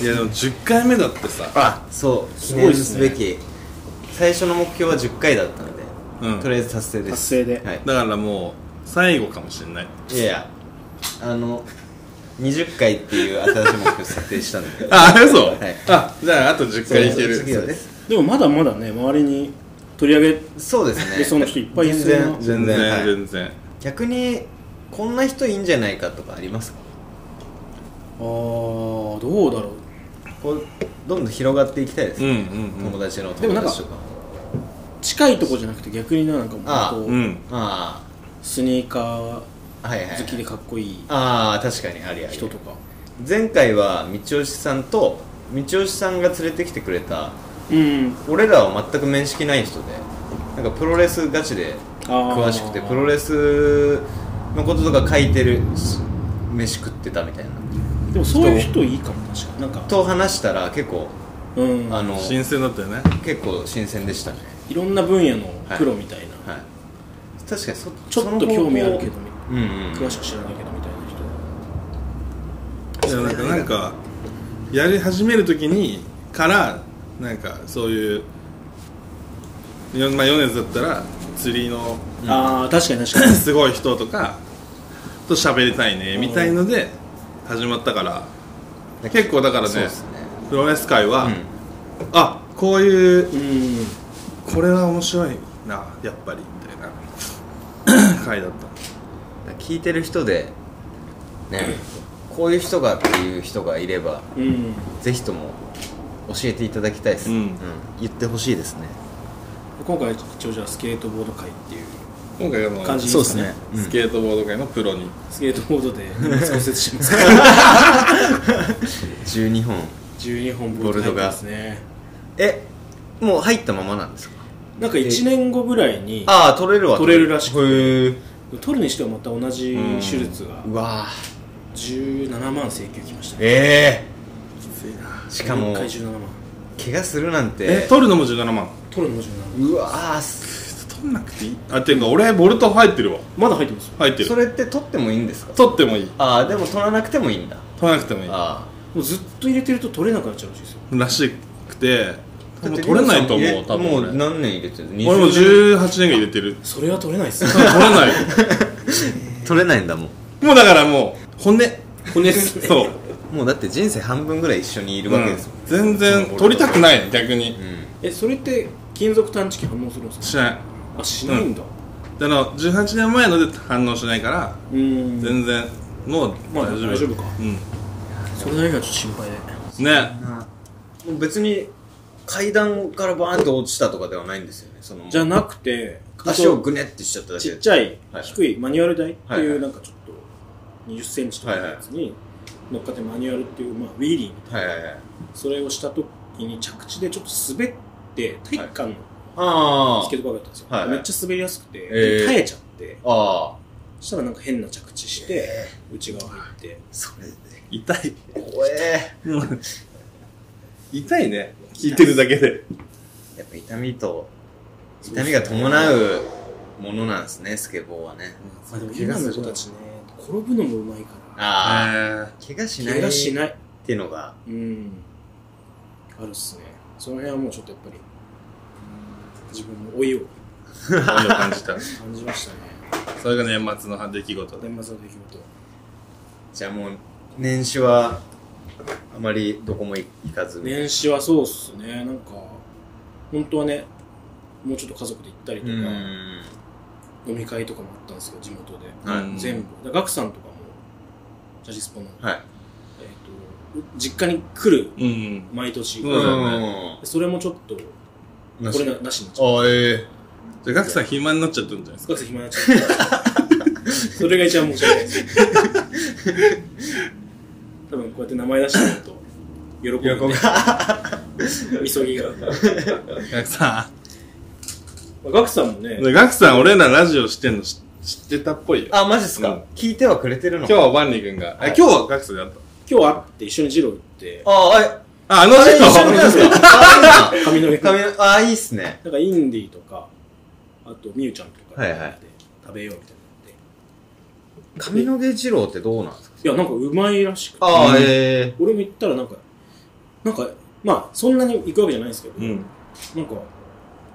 いやでも10回目だってさあそうす記ごいっ念すすねべき最初の目標は10回だったので、うんとりあえず達成です達成ではい、だからもう最後かもしれないいやいやあの20回っていう新しい目標設定したんだけ どああ嘘、はいあじゃああと10回いける次はですでもまだまだね周りに取り上げそうですねでその人いっぱいい全そうな然全全然、然、はい全然逆にこんな人いいんじゃないかとかありますかあーどうだろうこうどんどん広がっていきたいです、うんねうん友達のでも友なんか達とか近いとこじゃなくて逆にななんかもあうこううんうんあスニーカあはいはいはいー好きでかっこいいああ確かにありあり人とか前回は道吉さんと道吉さんが連れてきてくれたうん俺らは全く面識ない人でなんかプロレスガチであー詳しくてプロレスのこととか書いてるし飯食ってたみたいなでもそういう人いいかも確かになんかと話したら結構うんあの新鮮だったよね結構新鮮でしたねいろんな分野のプロみたいな、はい確かにそちょっと興味あるけどその方向うんうん詳しく知らないけどみたいな人いやなんかなんかやり始める時にからなんかそういうよまあ米津だったら釣りの ああ確かに確 かにすごい人とかと喋りたいねみたいので始まったから結構だからねそうですねプロレス界は、うんあこういううんこれは面白いなやっぱりみたいな 回だった聞いてる人でねこういう人がっていう人がいればうんぜひとも教えていただきたいです、うん言ってほしいですね今回一応じゃあスケートボード界っていう今回あの感じそうですねうんスケートボード界のプロにスケートボー ドで骨折します12本12本ボルト入ってますねえもう入ったままなんですかなんか1年後ぐらいにああ取れるわ取れるらしくく取るにしてはまた同じ手術がうわー17万請求きましたねえきついなえしかも1回17万怪我するなんえて取るのも17万取るのも17万うわーす取んなくていいあていうか俺ボルト入ってるわまだ入ってますよ入ってるそれって取ってもいいんですか取ってもいいああでも取らなくてもいいんだ取らなくてもいいあもうずっと入れてると取れなくなっちゃうらしいですよらしくてあもう取れないとだって思リうナさ多ん分も俺う俺も何年入れてる20 18年が入れてるそれは取れないですよ取れない 取れないんだもんもうだからもう骨骨ですねそうもうだって人生半分ぐらい一緒にいるわけですもん、全然取りたくない逆に えそれって金属探知機反応するんですかしないあしないんだあの18年前ので反応しないからうん全然もうまあ大丈夫大丈夫かそれだけがちょっと心配でうんねもう別に階段からバーンと落ちたとかではないんですよねそのじゃなくて足をグネってしちゃっただけちっでちゃいはい低いマニュアル台ってはいいはういなんかちょっと2 0ンチとかのやつに乗っかってマニュアルっていうまあウィーリーみたいなはいはいはいそれをした時に着地でちょっと滑って体育館のあスケートボードだったんですよ、はいはいめっちゃ滑りやすくて、えー耐えちゃってあああそしたらなんか変な着地して内側入ってそれで痛い怖えうん痛いね聞いてるだけでやっぱ痛みと痛みが伴うものなんですねスケボーはねまあでも今の子たちね転ぶのもうまいからああえ怪我しない怪我しっないていうのがうんあるっすねその辺はもうちょっとやっぱり自分の老いをー何を感じた感じましたねそれが年末の出来事で年末の出来事 じゃあもう年始はあまりどこも行かずに、年始はそうっすねなんか本当はねもうちょっと家族で行ったりとうか、ん飲み会とかもあったんですけど地元で、はいうん全部だからガクさんとかもジャジスポの、はいえっと実家に来るうん毎年、そうだよねそれもちょっとこうんれななしになっちゃうあえじゃあガクさん肥満になっちゃってるんじゃないですかガクさん暇になっちゃうそれが一番申し訳ないです多分こうやって名前出してもらうと喜ぶんえで横 が急ぎが、まガクさ あ、ガクさんもねん。ガクさん、俺らラジオしてんの知知ってたっぽいよ。あマジっすか、うん聞いてはくれてるの今日はバンリ君が。あ、今日はガクさんで会った。今日会って一緒にジロー行ってあああ、あのあれ人一緒になんですかあいい 髪の毛な髪のああいいっすねなんかインディーとか、あとみゆちゃんとか、はいはい食べようみたいになって。髪の毛二郎ってどうなんですかいや、なんかうまいらしくて。ああえ俺も行ったらなんか、なんか、まあ、そんなに行くわけじゃないですけど、うんなんか、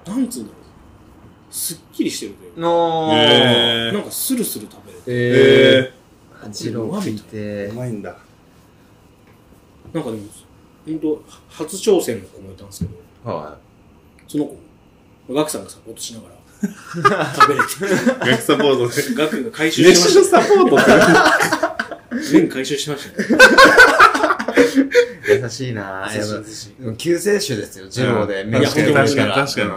なんつうんだろう。すっきりしてるというか、のへえなんかスルスル食べれて。ええー、八郎聞いてうまいんだなんかでも、ほんと、初挑戦の子もいたんですけど、はその子も、ガクさんがサポートしながら、食べれて、 ガクサポートでガクが回収飯のしてまサポートってした。全回収してましたね。い優しいなぁ 優やっしいぱ優しいでも救世主ですよ二郎でうん目つけて確かに確かに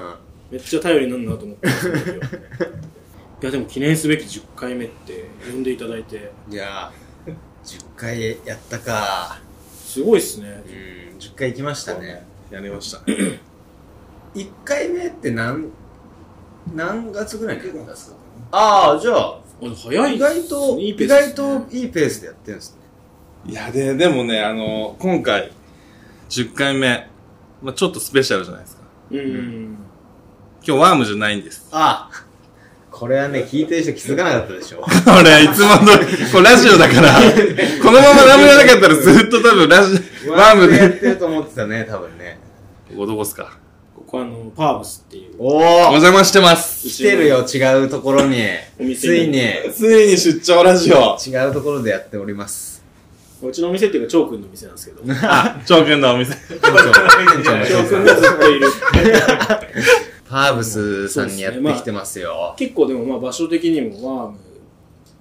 めっちゃ頼りになるなと思ってますけどいや、でも記念すべき10回目って呼んでいただいて、にいやー10回やったかすごいっすねう。ん10回行きましたねやりました1回目って何何月ぐらいにやったんですかああじゃああ早い意外といいペ意ースですね外といいペースでやってるんですねいやででもねあの今回10回目、まあ、ちょっとスペシャルじゃないですかうん。今日ワームじゃないんです ああこれはね聞いてる人気づかなかったでし ょこれいつも通りこれラジオだ からこのまま何もやらなかったらずっと多分ラジワームやっでてると思ってたね多分ねここどこっすかここあの、パーブスっていう。おおお邪魔してます来てるよ違うところにお店ついについに出張ラジオ違うところでやっております うちのお店っていうか、チョー君の店なんですけど。チあ、長君のお店店長店長のョー 君がずっといる。パーブスさんにやってきてますよ結構でもまあ場所的にもワーム、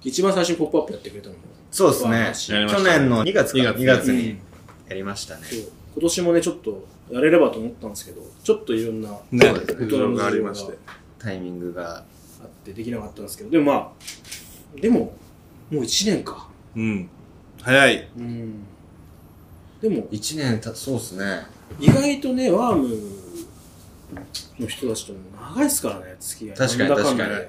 一番最初にポップアップやってくれたのも。そうですまあねやりま去した年の2月か2月2月うにんやりましたねそう今年もね、ちょっとやれればと思ったんですけど、ちょっといろんなあねそうですねいろいろがありましてタイミングがってできなかったんですけど、でもまあ、でも、もう1年か。うん早いうん。でも、 1年たそうですね意外とね、ワームの人たちとも長いですからね、付き合い。確かになんだんだ確かで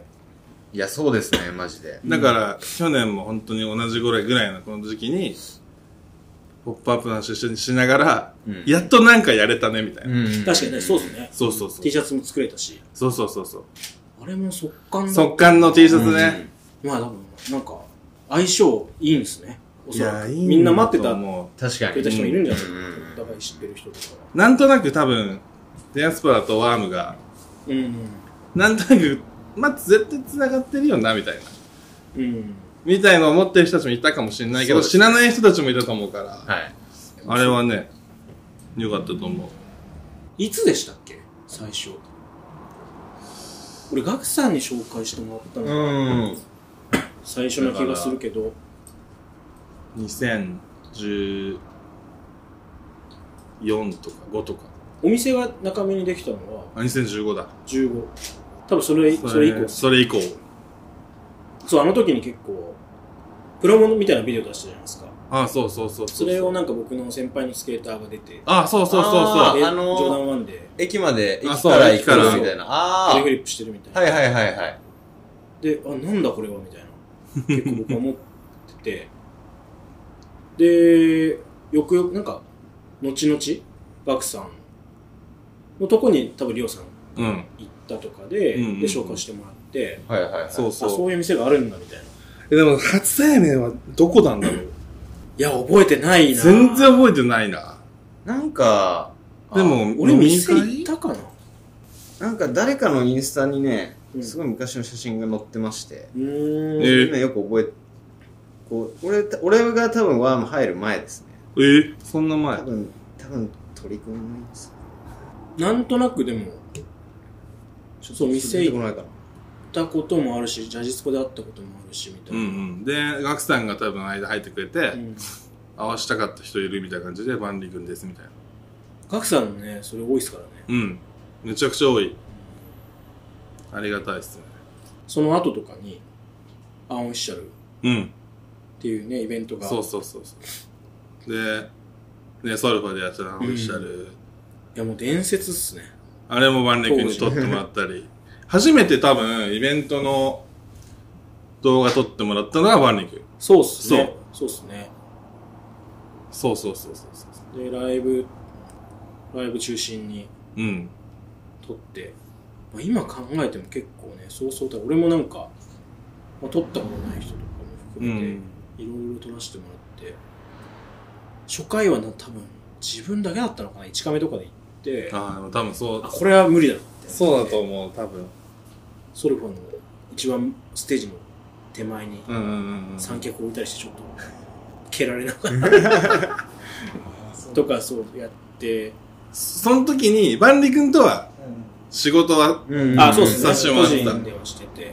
にいやそうですねマジでだから、去年も本当に同じぐらいぐらいのこの時期に、ポップアップの話一緒にしながら、うんやっとなんかやれたね、みたいな。確かにね、そうですね。そうそうそう T シャツも作れたし、そうそうそうそう。あれも速乾だ速乾の T シャうツんね。まあ多分、なんか、相性いいんですね。おそらく。んだみんな待ってた、とく思確かれたに人もいるんじゃないですか。うんうんお互い知ってる人とかは。うなんとなく多分、デアスパラとワームが、うん。なんとなく、まあ、絶対繋がってるよな、みたいな。うん。みたいな思ってる人たちもいたかもしれないけど、そうです知らない人たちもいたと思うから、はいあれはね、良かったと思う。いつでしたっけ最初。俺、ガクさんに紹介してもらったのが、うん最初な気がするけど、 2014とか5とか。お店が中身にできたのはあ、2015だ。 15。多分それ、それ以降。それ以降。そう、あの時に結構、プロモみたいなビデオ出したじゃないですか。あ、そうそうそうそうれをなんか僕の先輩のスケーターが出て、あ、そうそうそうあそう。でのージョーダンワンで、駅まであ駅そうから駅行かくらみたいなあレあフリップしてるみたいな。はいはいはいはいで、あ、なんだこれはみたいな。結構僕は思ってて。で、よくよく、なんか、後々、ガクさんのとこに多分リオさんうん。行ったとかで、うんうんうんで、紹介してもらって、はいはいはいそうあ、そそう。いう店があるんだみたいな。いうでも、初対面はどこなんだろう。や、覚えてないな全然覚えてないな。なんかでもあ俺飲み店会行ったかななんか誰かのインスタにねうんすごい昔の写真が載ってましてうーん。えみんなよく覚えてこう俺た俺が多分ワーム入る前ですねえそんな前多。分多分取り組みないんですなんとなくでも、そう、店出て行こっないかなたこともあるし、ジャジスコで会ったこともあるし、みたういんな。うん。で、ガクさんが多分間入ってくれうて、ん会わしたかった人いるみたいな感じで、万里君ですみたいな。ガクさんね、それ多いですからね。うん。めちゃくちゃ多い。ありがたいっすね。その後とかに、アンオフィシャルっうん。ていうね、イベントが。そうそうそうそう。で、ね、ソルファでやってたのオフィシャル。いや、もう伝説っすね。あれも万力に撮ってもらったり。初めて多分、イベントの動画撮ってもらったのが万力。そうっすね。そう。そうっすね。そうそうそうそうそう。で、ライブ、ライブ中心にうん。撮って、まあ、今考えても結構ね、そうそうだ。俺もなんか、まあ、撮ったことない人とかも含うめて、ん。いろいろ撮らせてもらって、初回はな、多分、自分だけだったのかな1カメとかで行ってあああでも多分そうこれは無理だってそうだと思う多分ソルフォンの一番ステージの手前にうんうんうんうん三脚置いたりしてちょっと蹴られながらとかそうやってその時に万里君とは仕事はうんあそうです差ねし回個った人ではしてて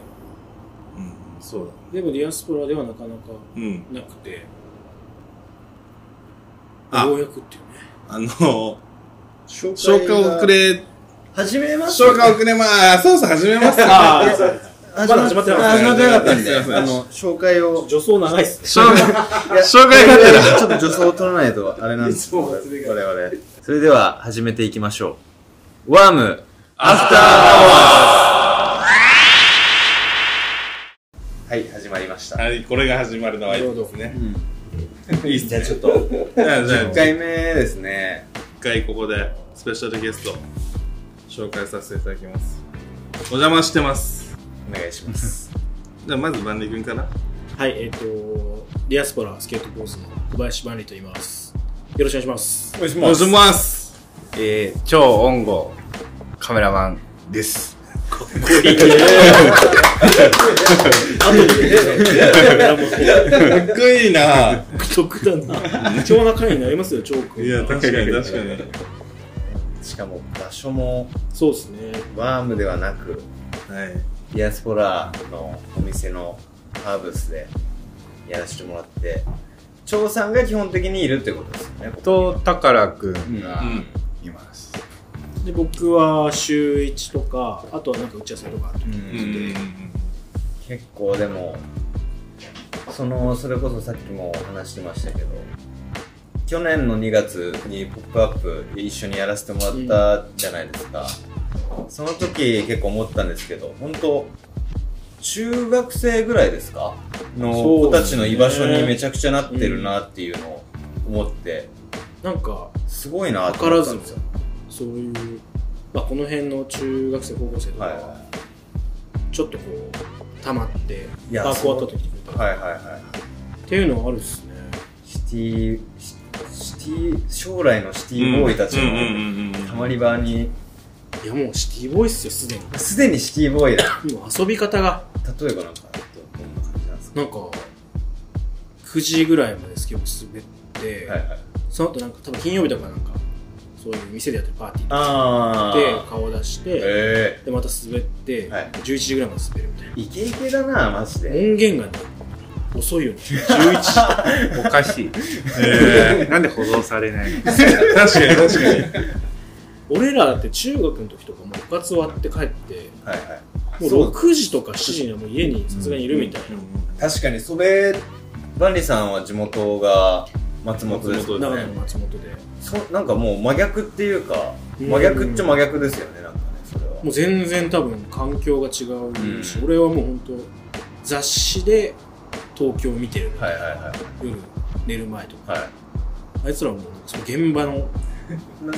うんそうだでもディアスプラではなかなかうんなくてあようや くっていうねあの 紹消化遅。れ始めます消化遅れまあそうそう始めますよあーそうまだ始まってかっなかったた。始まってなかったんすいで、ませんあの、紹介を。助走長いっすね消 化いや紹介がてらちょっと助走を取らないと、あれなんです我々。それでは、始めていきましょう。ワーム、アフターアワーはい、始まりました。はいこれが始まるの はいいですねいいっすねじゃあちょっと、じゃあじゃあ10回目ですね。一回ここでスペシャルゲスト紹介させていただきますお邪魔してますお願いします。じゃあまず万里君からはいえっ、とディアスポラスケートコースの小林万里と言いますよろしくお願いしますお願いしお邪魔しますえー、超音号カメラマンです。か っこいいな独だ な超仲良いになりますよ超君いや確かに確かにしかも、場所も、そうですねワームではなく、はいディアスポラのお店のハーブスでやらせてもらって、張さんが基本的にいるってことですよね。と、宝くんうんがうんいます。で僕は週1とかあとはなんか打ち合わせとかあとうんうんうん結構でもそのそれこそさっきも話してましたけど去年の2月に「ポップアップ一緒にやらせてもらったじゃないですか、その時結構思ったんですけど本当中学生ぐらいですかのそ子うでたすねちの居場所にめちゃくちゃなってるなっていうのを思ってなんかすごいな分とか思らったずんもですよそういう、まあ、この辺の中学生高校生とかはいはちょっとこう溜まっていや学校あった時に来たはいはいはいはいっていうのはあるっすねシティシシティ将来のシティボーイたちうんうんうのんうんたまり場にいやもうシティボーイっすよすでにすでにシティボーイだもう遊び方が例えばなんかどんな感じなんですかなんか9時ぐらいまでスケボー滑って、はいはいその後なんか多分金曜日とかなんかそういう店でやってるパーティーあで顔出して、えでまた滑って、はい11時ぐらいまで滑るみたいなえイケイケだなマジで音源がね 遅いよねおかしい。えなんで保存されないのー確かに確かに俺らだって中学の時とかもう部活終わって帰ってはいはいもう6時とか7時にはもう家にさすがにいるみたいな、確かにそれバンリさんは地元が松本松ですよ本長野のね松本でそなんかもう真逆っていうかうん真逆っちゃ真逆ですよねなんかねそれはもう全然多分環境が違うし、うん俺はもう本当雑誌で東京を見てる、はいはいはい夜寝る前とかはあいつらはもうその現場の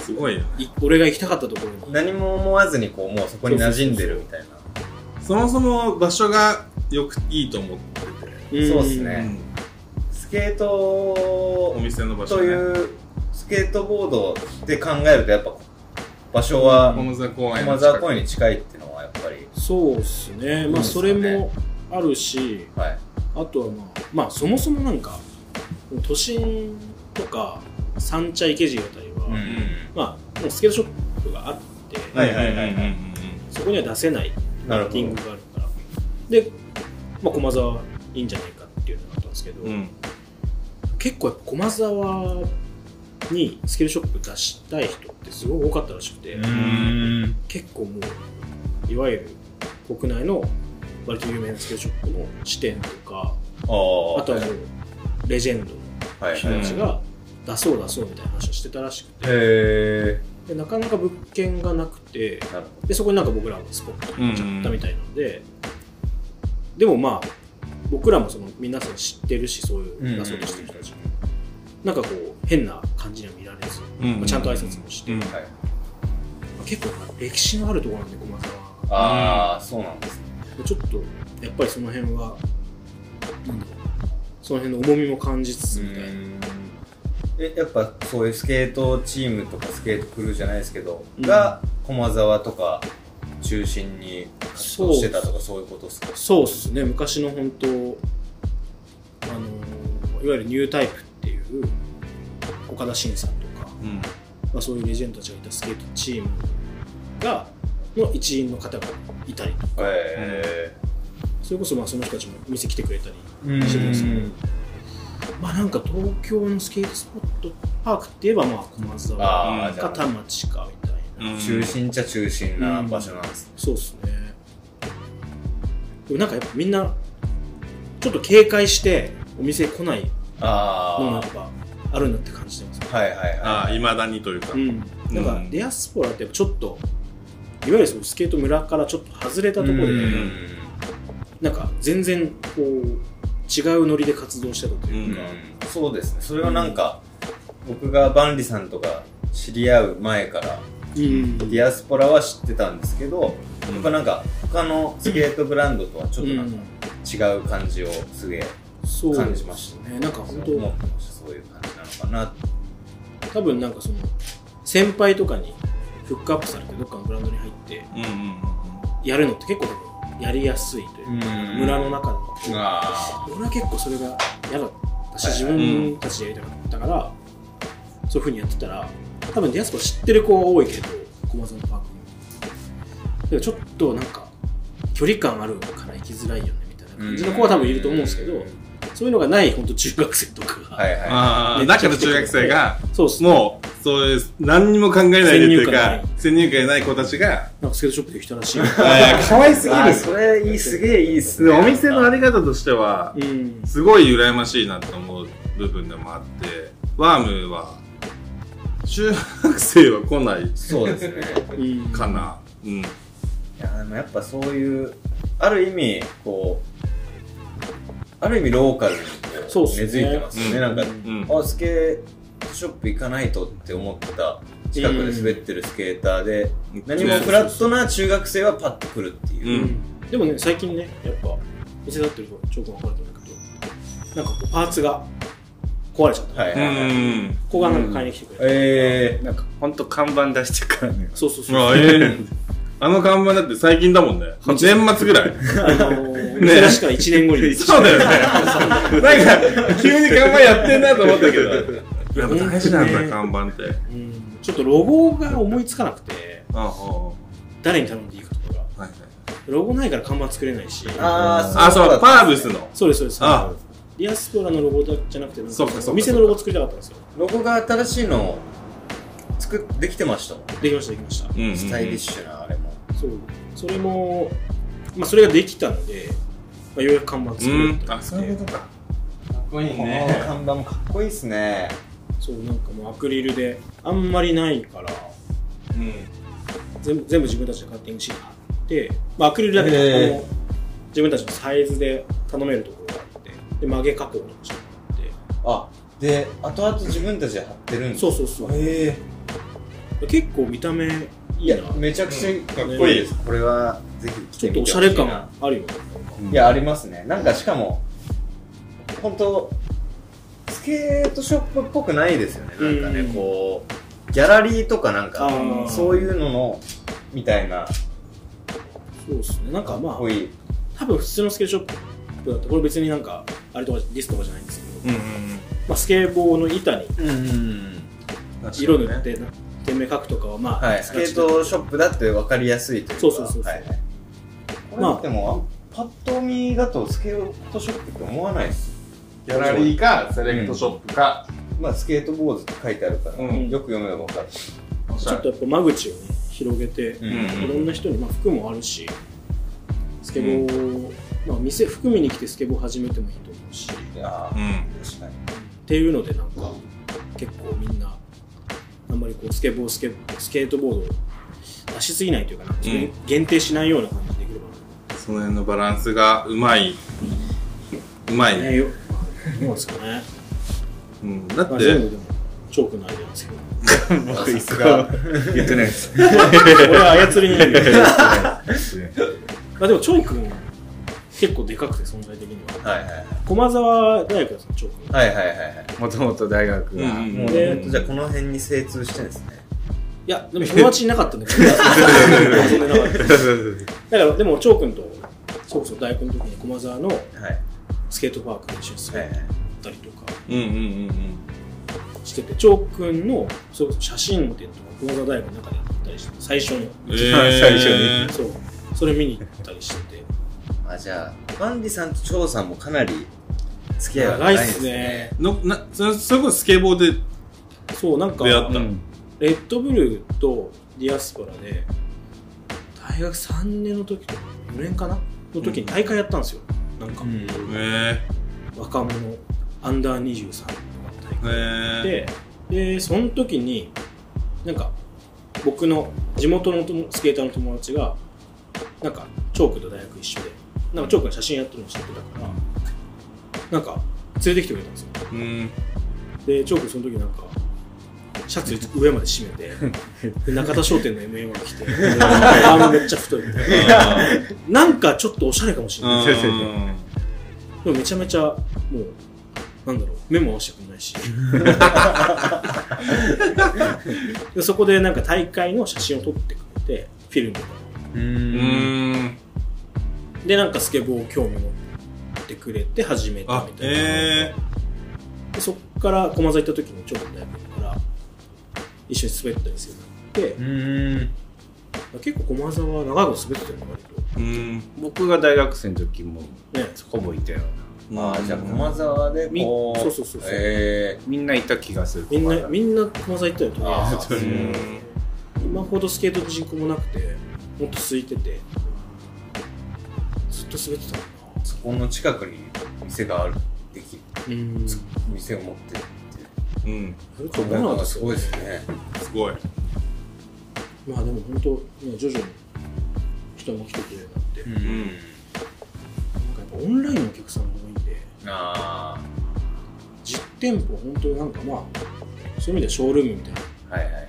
すごいよい俺が行きたかったところにい何も思わずにこうもうそこに馴染んでるみたいなそもそも場所がよくいいと思っててそうっすうねんスケートお店の場所とねいうスケートボードで考えるとやっぱ場所は駒沢公園の近駒く沢公園に近いっていうのはやっぱりそうっすねまあそれもあるしはいあとはまあまあそもそもなんか都心とか三茶池尻あたりは、まあもうスケートショップがあって、はいはいはいはいはいそこには出せないなラるンほキンどグがあるからで、まあ、駒沢いいんじゃないかっていうのがあったんですけど、うん結構やっぱ駒沢にスケールショップ出したい人ってすごい多かったらしくて、ん結構もういわゆる国内の割と有名なスケールショップの支店とあかあとはもうレジェンドのはいはい人へたちが出そう出そうみたいな話をしてたらしくてえでなかなか物件がなくてなるでそこになんか僕らもスポット入っちゃったみたいなので、でもまあ僕らもその皆さん知ってるしそういう出そうとしてる人たちも、なんかこう変な感じには見られず、うんまあちゃんと挨拶もして、うんほどはい結構歴史のあるところなんで駒沢はああそうなんですねちょっとやっぱりその辺はなんだろうその辺の重みも感じつつみたいなえやっぱそういうスケートチームとかスケートクルーじゃないですけど、うんが駒沢とか中心に活動してたとかそういうことですかそうっすね昔の本当あのいわゆるニュータイプっていう岡田慎さんとか、うんまあ、そういうレジェンドたちがいたスケートチームがの一員の方がいたりとかえそれこそまあその人たちも店来てくれたりえうんしてますねまあなんか東京のスケートスポットパークって言えばまあ駒沢ああ、じゃか田あ町かみたいな、うん中心っちゃ中心な場所なんです、そうっすねでもなんかやっぱみんなちょっと警戒してお店来ないのもやあっぱあるなって感じてますあはいはいはいああいまだにというか、うん、なんかデアスポラってやっぱちょっといわゆるそのスケート村からちょっと外れたところで、うんなんか全然こう違うノリで活動してたというか、うんそうですねそれはなんか、僕がバンリさんとか知り合う前からうんディアスポラは知ってたんですけど、うんやっぱなんか他のスケートブランドとはちょっとうなんかん違う感じをすげえそう感じましたねなんか思本っ当てましたそういう感じなのかな多分なんかその先輩とかにフックアップされてどっかのブランドに入ってうんうんうんやるのって結構多分やりやすいというか、村の中でもあ俺は結構それが嫌だったしはい自分たちでやりたかったから、そういうふうにやってたら多分ディアスコ知ってる子は多いけど駒沢のパークにでもちょっとなんか距離感あるから行きづらいよねみたいな感じの子は多分いると思うんですけど、そういうのがない本当中学生とかが、はいはいああだから中学生がそうっすねもうそういう何にも考えないでというか先入観ない子たち がなんかスケートショップで人ら しいかわいすぎあーるそれいいすげえいいっすでねお店のあり方としてはうんすごい羨ましいなと思う部分でもあってワームは中学生は来ないそうですねうんかなうんいやでもやっぱそういうある意味こうある意味ローカルにこそうっすね根付いてますよね、うんなんか、うんあスケートショップ行かないとって思ってた近くで滑ってるスケーターで、うん何もフラットな中学生はパッと来るっていう、うんでもね最近ねやっぱ店立ってるとちょっと分かると思うけどなんかこうパーツが壊れちゃった、はいはういはい、んここがなんか買いに来てくれた、えなんか、ほんと看板出してるからね。そうそうそうあええあの看板だって最近だもんね年末ぐらい あのー、それしか1年後に。そうだよね。なんか、急に看板やってんなと思ったけど。やっぱ大事なんだ、看板って。うんちょっとロゴが思いつかなくて、ああ、誰に頼んでいいかとかが。はいはい。ロゴないから看板作れないし。ー、あーあ、そう、パーブスのの。そうです、そうです。あリアスポラのロゴじゃなくて、なんかそうかそうかお店のロゴ作りたかったんですよ。ロゴが新しいの作っできてましたもん、できました、できました。うんうんスタイリッシュなあれもそう。それも、まあ、それができたので、まあ、ようやく看板作うれんた。あ、そういうことか。かっこいいこの。看板もかっこいいっすねそう、なんかもうアクリルで、あんまりないから、うん。全部全部自分たちでカッティングシート貼って、まあ、アクリルだけど、へーこの自分たちのサイズで頼めるところがあってで曲げ加工とかしてもらってあで後々自分たちで貼ってるんですそうそうそうへえ結構見た目いいいなやめちゃくちゃかっこいいですこれはぜひ来ちてょっみとておほししいゃなれ感あるよねいやありますねなんかしかも本当スケートショップっぽくないですよねなんかねうんこうギャラリーとかなんあかーそういうののみたいなそうですねなんかまかっこあいい多分普通のスケートショップだとこれ別になんかあれとかディスとかじゃないんですけど、うんまあ、スケボーの板にうんうんうん。色塗ってな点名描くとかはまあ、はいスケートショップだって分かりやすいというかそうそうそうそうはいはいこれまあでもあんパッと見だとスケートショップって思わないですギャラリーか、セレクトショップか。まあスケート坊主って書いてあるから、うんよく読めば分かるおしちょゃっとれやっぱ間口をね広げて、うんいろんな人に、まあ、服もあるしスケボー、まあ、店含みに来てスケボー始めてもいいと思うしっいやうーん。確かにていうのでなんか結構みんなあんまりこうスケボースケスケートボードを出しすぎないというかなんかそれに限定しないような感じでできればその辺のバランスがうまい。うまいな、ね。ねよまあどうですかね、うん。だまっあ、全部て、でもチョークのアイデアなんですけど僕行くか言ってないです。俺は操りにいるねまあでもチョーク結構でかくて、存在的には。はいはい駒沢大学はそのチョーク。はいはいはいはいもともと大学が、うんもうほでんとじゃあこの辺に精通してんですねいや、でも友達いなかったん だけど、遊んでなかっただから、でも、チョー君と、そこそ大学の時に駒沢のはいスケートパークで一緒にはい滑っはいたりとかうんうんうんうんしてて、チョー君のそれこそ写真展とか駒沢大学の中でやったりして、最初に、え最初にそう、それ見に行ったりしてて、あじゃあファンディさんとチョウさんもかなり付き合いが長いんですね。のなそれそれこそスケボーでそう、なんか、出会ったうんレッドブルとディアスポラで、大学3年の時とか、4年かなの時に大会やったんですよ。なんか、うんえ若者、アンダー23の大え会。ええででその時になんか僕の地元の友スケーターの友達がなんかチョークと大学一緒でなんかチョークが写真やってるの知ってたからなんか連れてきてくれたんですようんでチョークその時なんかシャツ上まで締めてで中田商店の MM が来てあーめっちゃ太いみたいななんかちょっとおしゃれかもしれうないんうんでもめちゃめちゃもうなんだろう目も合わせてくれないしでそこでなんか大会の写真を撮ってくれてフィルムとかう。うんんでなんかスケボーを興味持ってくれて始めたあみたいな、えでそっから駒沢行った時にちょっと大学から一緒に滑ったりするようになって、うん。結構駒沢は長いこと滑ってたの割えうん僕が大学生の時もとねほぼいたよまあじゃあ駒沢でみこう。そうそうそうそうえみんないた気がするみんこなこはみんな駒沢行ったよとりあえずあーうん今ほどスケートの人口もなくてもっと空いててずっと滑ってたのかーそこの近くに店があるできなうんそ店を持ってるっていう。うんれとそもこななんんかですごいですね。すごいまあでも本当ね徐々に人も来てくれるようになって、なんかん。やっぱオンラインのお客さんも多いんであ実店舗本当なんかまあそういう意味ではショールームみたいなあ。はいはいはい。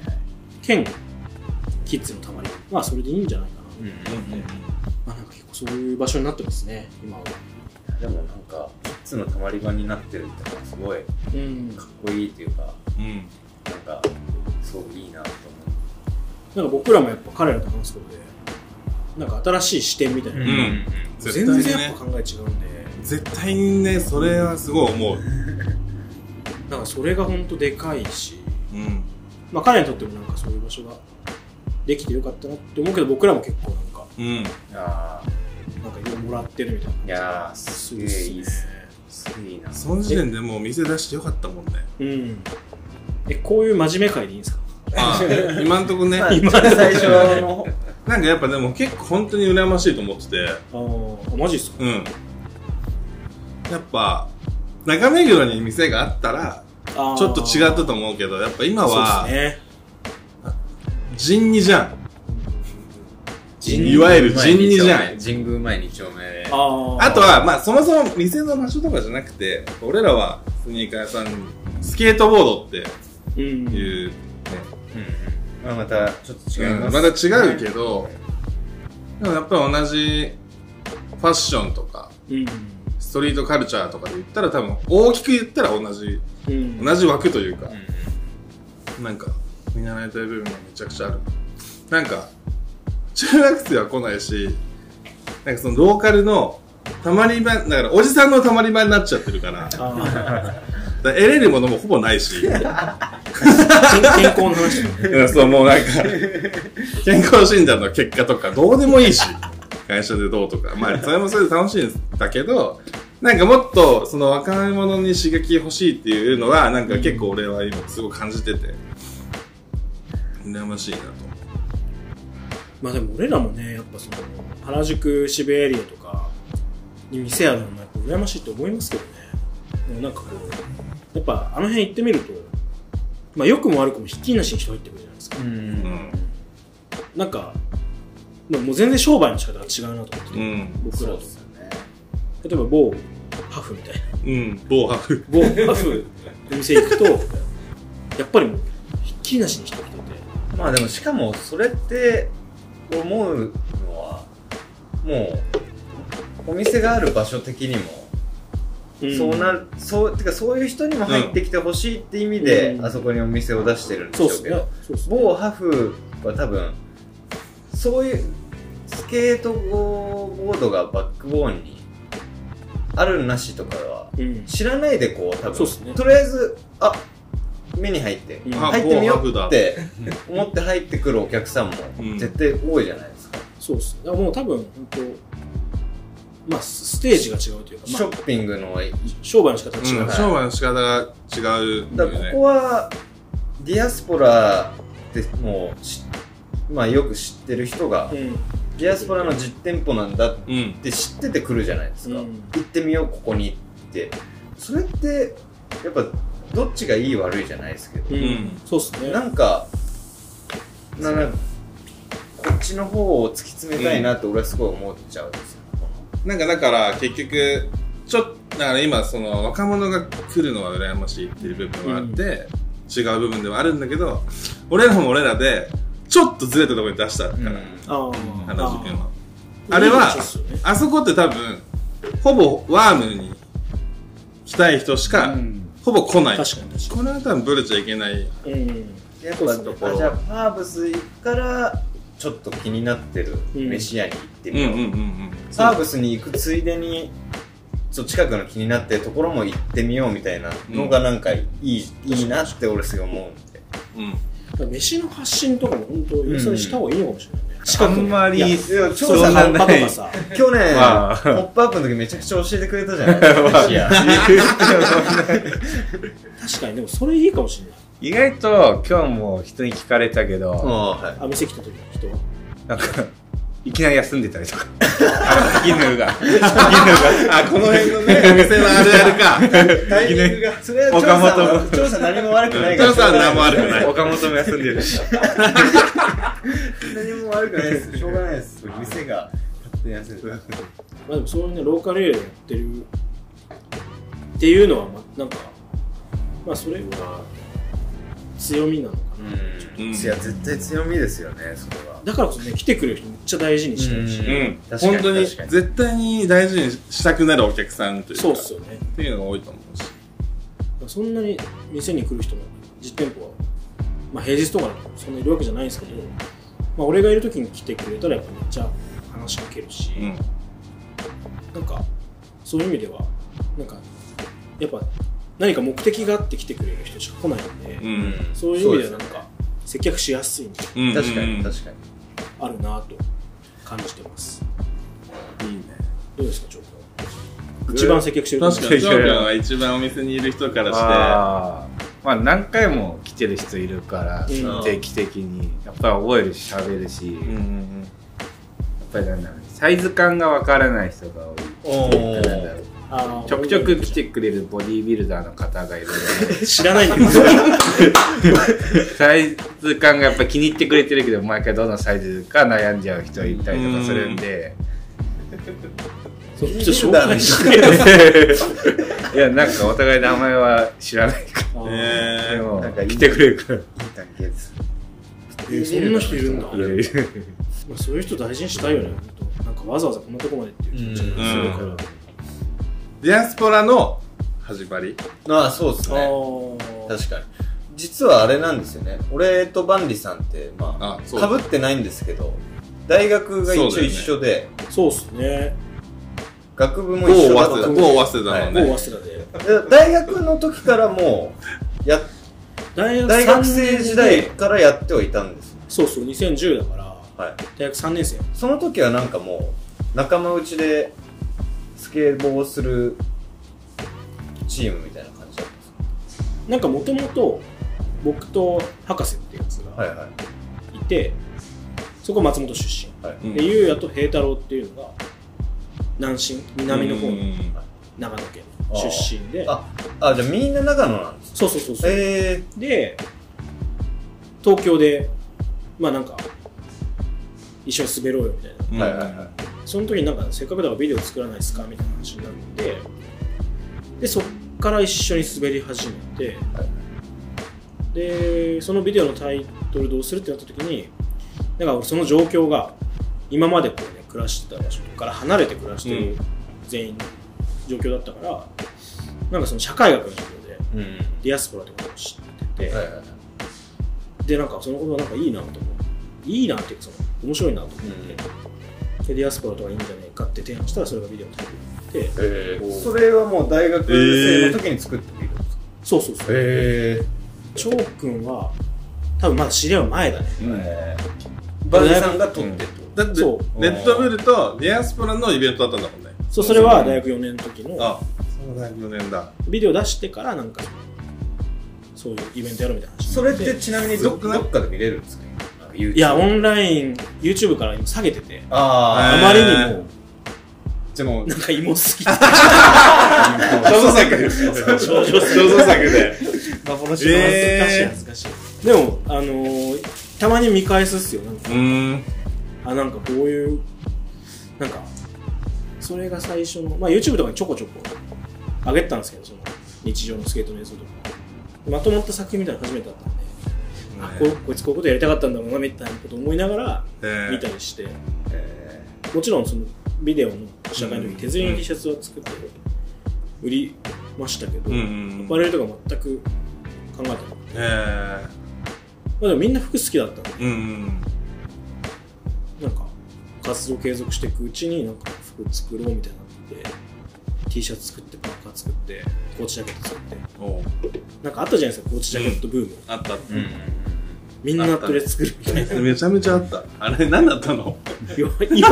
兼キッズのたまりまあそれでいいんじゃないかな、うん。まあなんか結構そういう場所になってますね今はでもなんかキッズのたまり場になってるってのはすごいかうんっこいいっていうかうんなんかすごくいいなとなんか僕らもやっぱ彼らと話すことでなんか新しい視点みたいな、思う。ん全絶然対やっねぱ考え違うんで、絶対にねそれはすごい思うなんかそれが本当でかいし、うんまあ、彼にとってもなんかそういう場所ができてよかったなって思うけど僕らも結構なんかうんああ。なんかいろいろもらってるみたいないやーすげえいいっすね。すげえいいな。その時点でもう店出してよかったもんねうんえこういう真面目会でいいんですかああ 今んとこねまあ、最初の、なんかやっぱでも結構本当に羨ましいと思っててああマジっすかうんやっぱ中目黒に店があったらちょちょっと違ったたと思うけどやっぱ今そうはですね人にじゃんいわゆる人二じゃん神宮前2丁目で。あーあとはまあそもそも店の場所とかじゃなくて俺らはスニーカー屋さんスケートボードっうんていう、ねうんうん。まあ、また、ちょっと違いうんます。まだ違うけどでもやっぱり同じファッションとかうんストリートカルチャーとかで言ったら多分大きく言ったら同じうん同じ枠というかうん、うん。なんか見習いたい部分がめちゃくちゃあるなんか中学生は来ないしなんかそのローカルのたまり場だからおじさんのたまり場になっちゃってるからだかあら得れるものもほぼないし ー健健康の話うんそうもうなんか健康診断の結果とかどうでもいいし会社でどうとかまあそれもそれで楽しいんだけどなんかもっとその若者に刺激欲しいっていうのはなんか結構俺は今すごい感じてて羨ましいなとまあでも俺らもねやっぱその原宿渋谷エリアとかに店あるのもやっぱ羨ましいと思いますけどねでもなんかこうやっぱあの辺行ってみるとまあ良くも悪くもひっきりなしに人入ってくるじゃないですかうんなんかまあもう全然商売の仕方が違うなと思ってて、うん僕らそうとですよね。例えば某ハフみたいなうん、某ハフ。某ハフの店行くとやっぱりもうひっきりなしに人来ててまあでも、しかも、それって、思うのは、もう、お店がある場所的にも、そうなるそうてかそういう人にも入ってきてほしいって意味で、うんあそこにお店を出してるんでしそょうっすうけねど、。そうっすね某ハフは多分そういうスケートボードがバックボーンにあるなしとかはうん。知らないでこう多そう分っすねとりあえずあ目に入ってうんあ入ってみよ某ハうフだって思って入ってくるお客さんもうん絶対多いじゃないですか、そうっすね。だからもう多分、本当まあ、スステージが違うというか、シまョあ、ッピングの商売の仕方が違う。うん、商売の仕方が違うんだだよからこねこはディアスポラってもうしまあよく知ってる人がうん。ディアスポラの実店舗なんだっうんて知っててくるじゃないですか、うん行ってみようここにってそれってやっぱどっちがいい悪いじゃないですけうど、ん。そうっすね。なんかなんかこっちの方を突き詰めたいなって俺はすごい思っちゃうんですよ、なんかだから結局ちょっとだから今その若者が来るのは羨ましいっていう部分はあって、違う部分ではあるんだけど俺らも俺らでちょっとずれたところに出したかうら、んああ。原宿あのああれはそうっすよねあそこって多分ほぼワームに来たい人しか、うんほぼ来ない確かに確かこれは多分ブレちゃいけないに。うん。やっそうぱっすねあじゃあパーブス行くからちょっと気になってる飯屋に行ってうんみよう、うんうんうんパーブスに行くついでにそう近くの気になってるところも行ってみようみたいなのがなんかいい,、いいなって俺すごい思うんでうんだから飯の発信とかも本当、予算した方がいいのかもしれないね。あんまりいやいや調そう査な葉んっだぱとかさ、去年、まあポップアップの時めちゃくちゃ教えてくれたじゃない ですか。飯屋確かにでもそれいいかもしれない。意外と今日も人に聞かれたけど、うんはあ、店来た時の人は。なんか、いきなり休んでたりとか。あの、絹が。絹が。あ、この辺のね、お店のあるあるか。 い。タイミングが、それは調査岡は調査何も悪くないから。調査は何も悪くない岡本も休んでるし。何も悪くないです。しょうがないです。店が勝手に休んでる。まあでもそういうね、ローカルエリアでやってるっていうのは、まあなんか、まあそれは強みなのかな。うん。いや、絶対強みですよね、それは。だからこそね、来てくれる人めっちゃ大事にしてるし、うんうん確かに本当に確かに絶対に大事にしたくなるお客さんというかそうっすよね。っていうのが多いと思うしそんなに店に来る人の実店舗は、まあ平日とかだとそんなにいるわけじゃないんですけど、まあ俺がいる時に来てくれたらやっぱめっちゃ話しかけるし、うんなんかそういう意味ではなんかやっぱ何か目的があって来てくれる人しか来ないんで、うんそういう意味ではなんか接客しやすいのうんうんうん確かに、確かに。あるなと感じてますいいねどうですかちょっと一番接客してると思う確かに翔くんは一番お店にいる人からしあーまあ何回も来てる人いるから、うん定期的に。やっぱり覚えるし、喋るし、てやっぱりなんだろうね。サイズ感がわからない人が多い。おなんだろうあーちょくちょく来てくれるボディービルダーの方がいるので、知らないんだ けどサイズ感がやっぱ気に入ってくれてるけど、毎回どのサイズか悩んじゃう人いたりとかするんで、そうちょっと紹介して いや、なんかお互い名前は知らないかあーら。えでもなんかいい来てくれるから。いい関係です。えーそんな人いるんだ、いるいるまあ、そういう人大事にしたいよね本当なんかわざわざこんなとこまでっていう気持ちがするから、うんあディアスポラの始まりああ、そうですね。ー確かに。実はあれなんですよね。俺とバンリさんって、まあ、あそうかぶってないんですけど、大学が一そう応だよね一緒で、そうっすね学部も某一緒だっ早稲た田ん某で早稲田のもうね早稲田でで大学の時からも うやっ大学大三学年生で時代からやってはいたんですよそうそう2010だからはい大学3年生その時はなんかもう仲間内でスケボーをするチームみたいな感じだったんですなんかもともと僕と博士ってやつかはがいはいいて、そこ松本出身、はいうんでゆうやと平太郎っていうのが南進南の方うんうんうのん長野県の出身でああじゃあみんな長野なんですそうそうそうそう、えで東京でまあなんか一緒に滑ろうよみたいなえうんはいはいはいその時になんかせっかくだからビデオ作らないですかみたいな話になってでそっから一緒に滑り始めて、でそのビデオのタイトルどうするってなった時になんか俺その状況が今までこうね暮らしてた場所から離れて暮らしてる全員の状況だったからなんかその社会学の授業でうん。ディアスポラってことを知ってて、はいはいはい。でなんかそのことはなんかいいなと思ういいなっていうかその面白いなと思って、でディアスポラとかいいんじゃねえかって提案したらそれがビデオになってえー、そそれはもう大学生の時に作ってみるんですかそうそうそうえ翔くんは多分まだ知り合う前だねえー。バネさんが撮ってってこだってそネット見るとディアスプラのイベントだったんだもんねそうそれは大学4年の時のあそうだ4年だビデオ出してからなんかそういうイベントやるみたいなと話それってちなみにどすごくないどっかで見れるんですかなんか YouTube いやオンライン YouTube から今下げててあへあーまりにもー、じゃあも う、なんか芋好き 肖像作 少女性肖像作で幻の恥ずかしい恥ずかしいでもあのーたまに見返すっすよなんかうーんあなんかこういうなんかそれが最初のまあ YouTube とかにちょこちょこ上げてたんですけどその日常のスケートの映像とかまとまった作品みたいなの初めてだったんで、あここいつこういうことやりたかったんだろうなみたいなこと思いながらね見たりして、えもちろんそのビデオの社会の時手刷りの T シャツは作って売りましたけど、うんうんアパレルとか全く考えてなかった、まえーあ、でもみんな服好きだったんでうんうんなんか活動継続していくうちになんか服作ろうみたいになって T シャツ作ってパーカー作ってコーチジャケット作っておうなんかあったじゃないですかコーチジャケットブーム、あったあっー、うん。みんなアットレ作るみたいなためちゃめちゃあったあれ何だったのいや今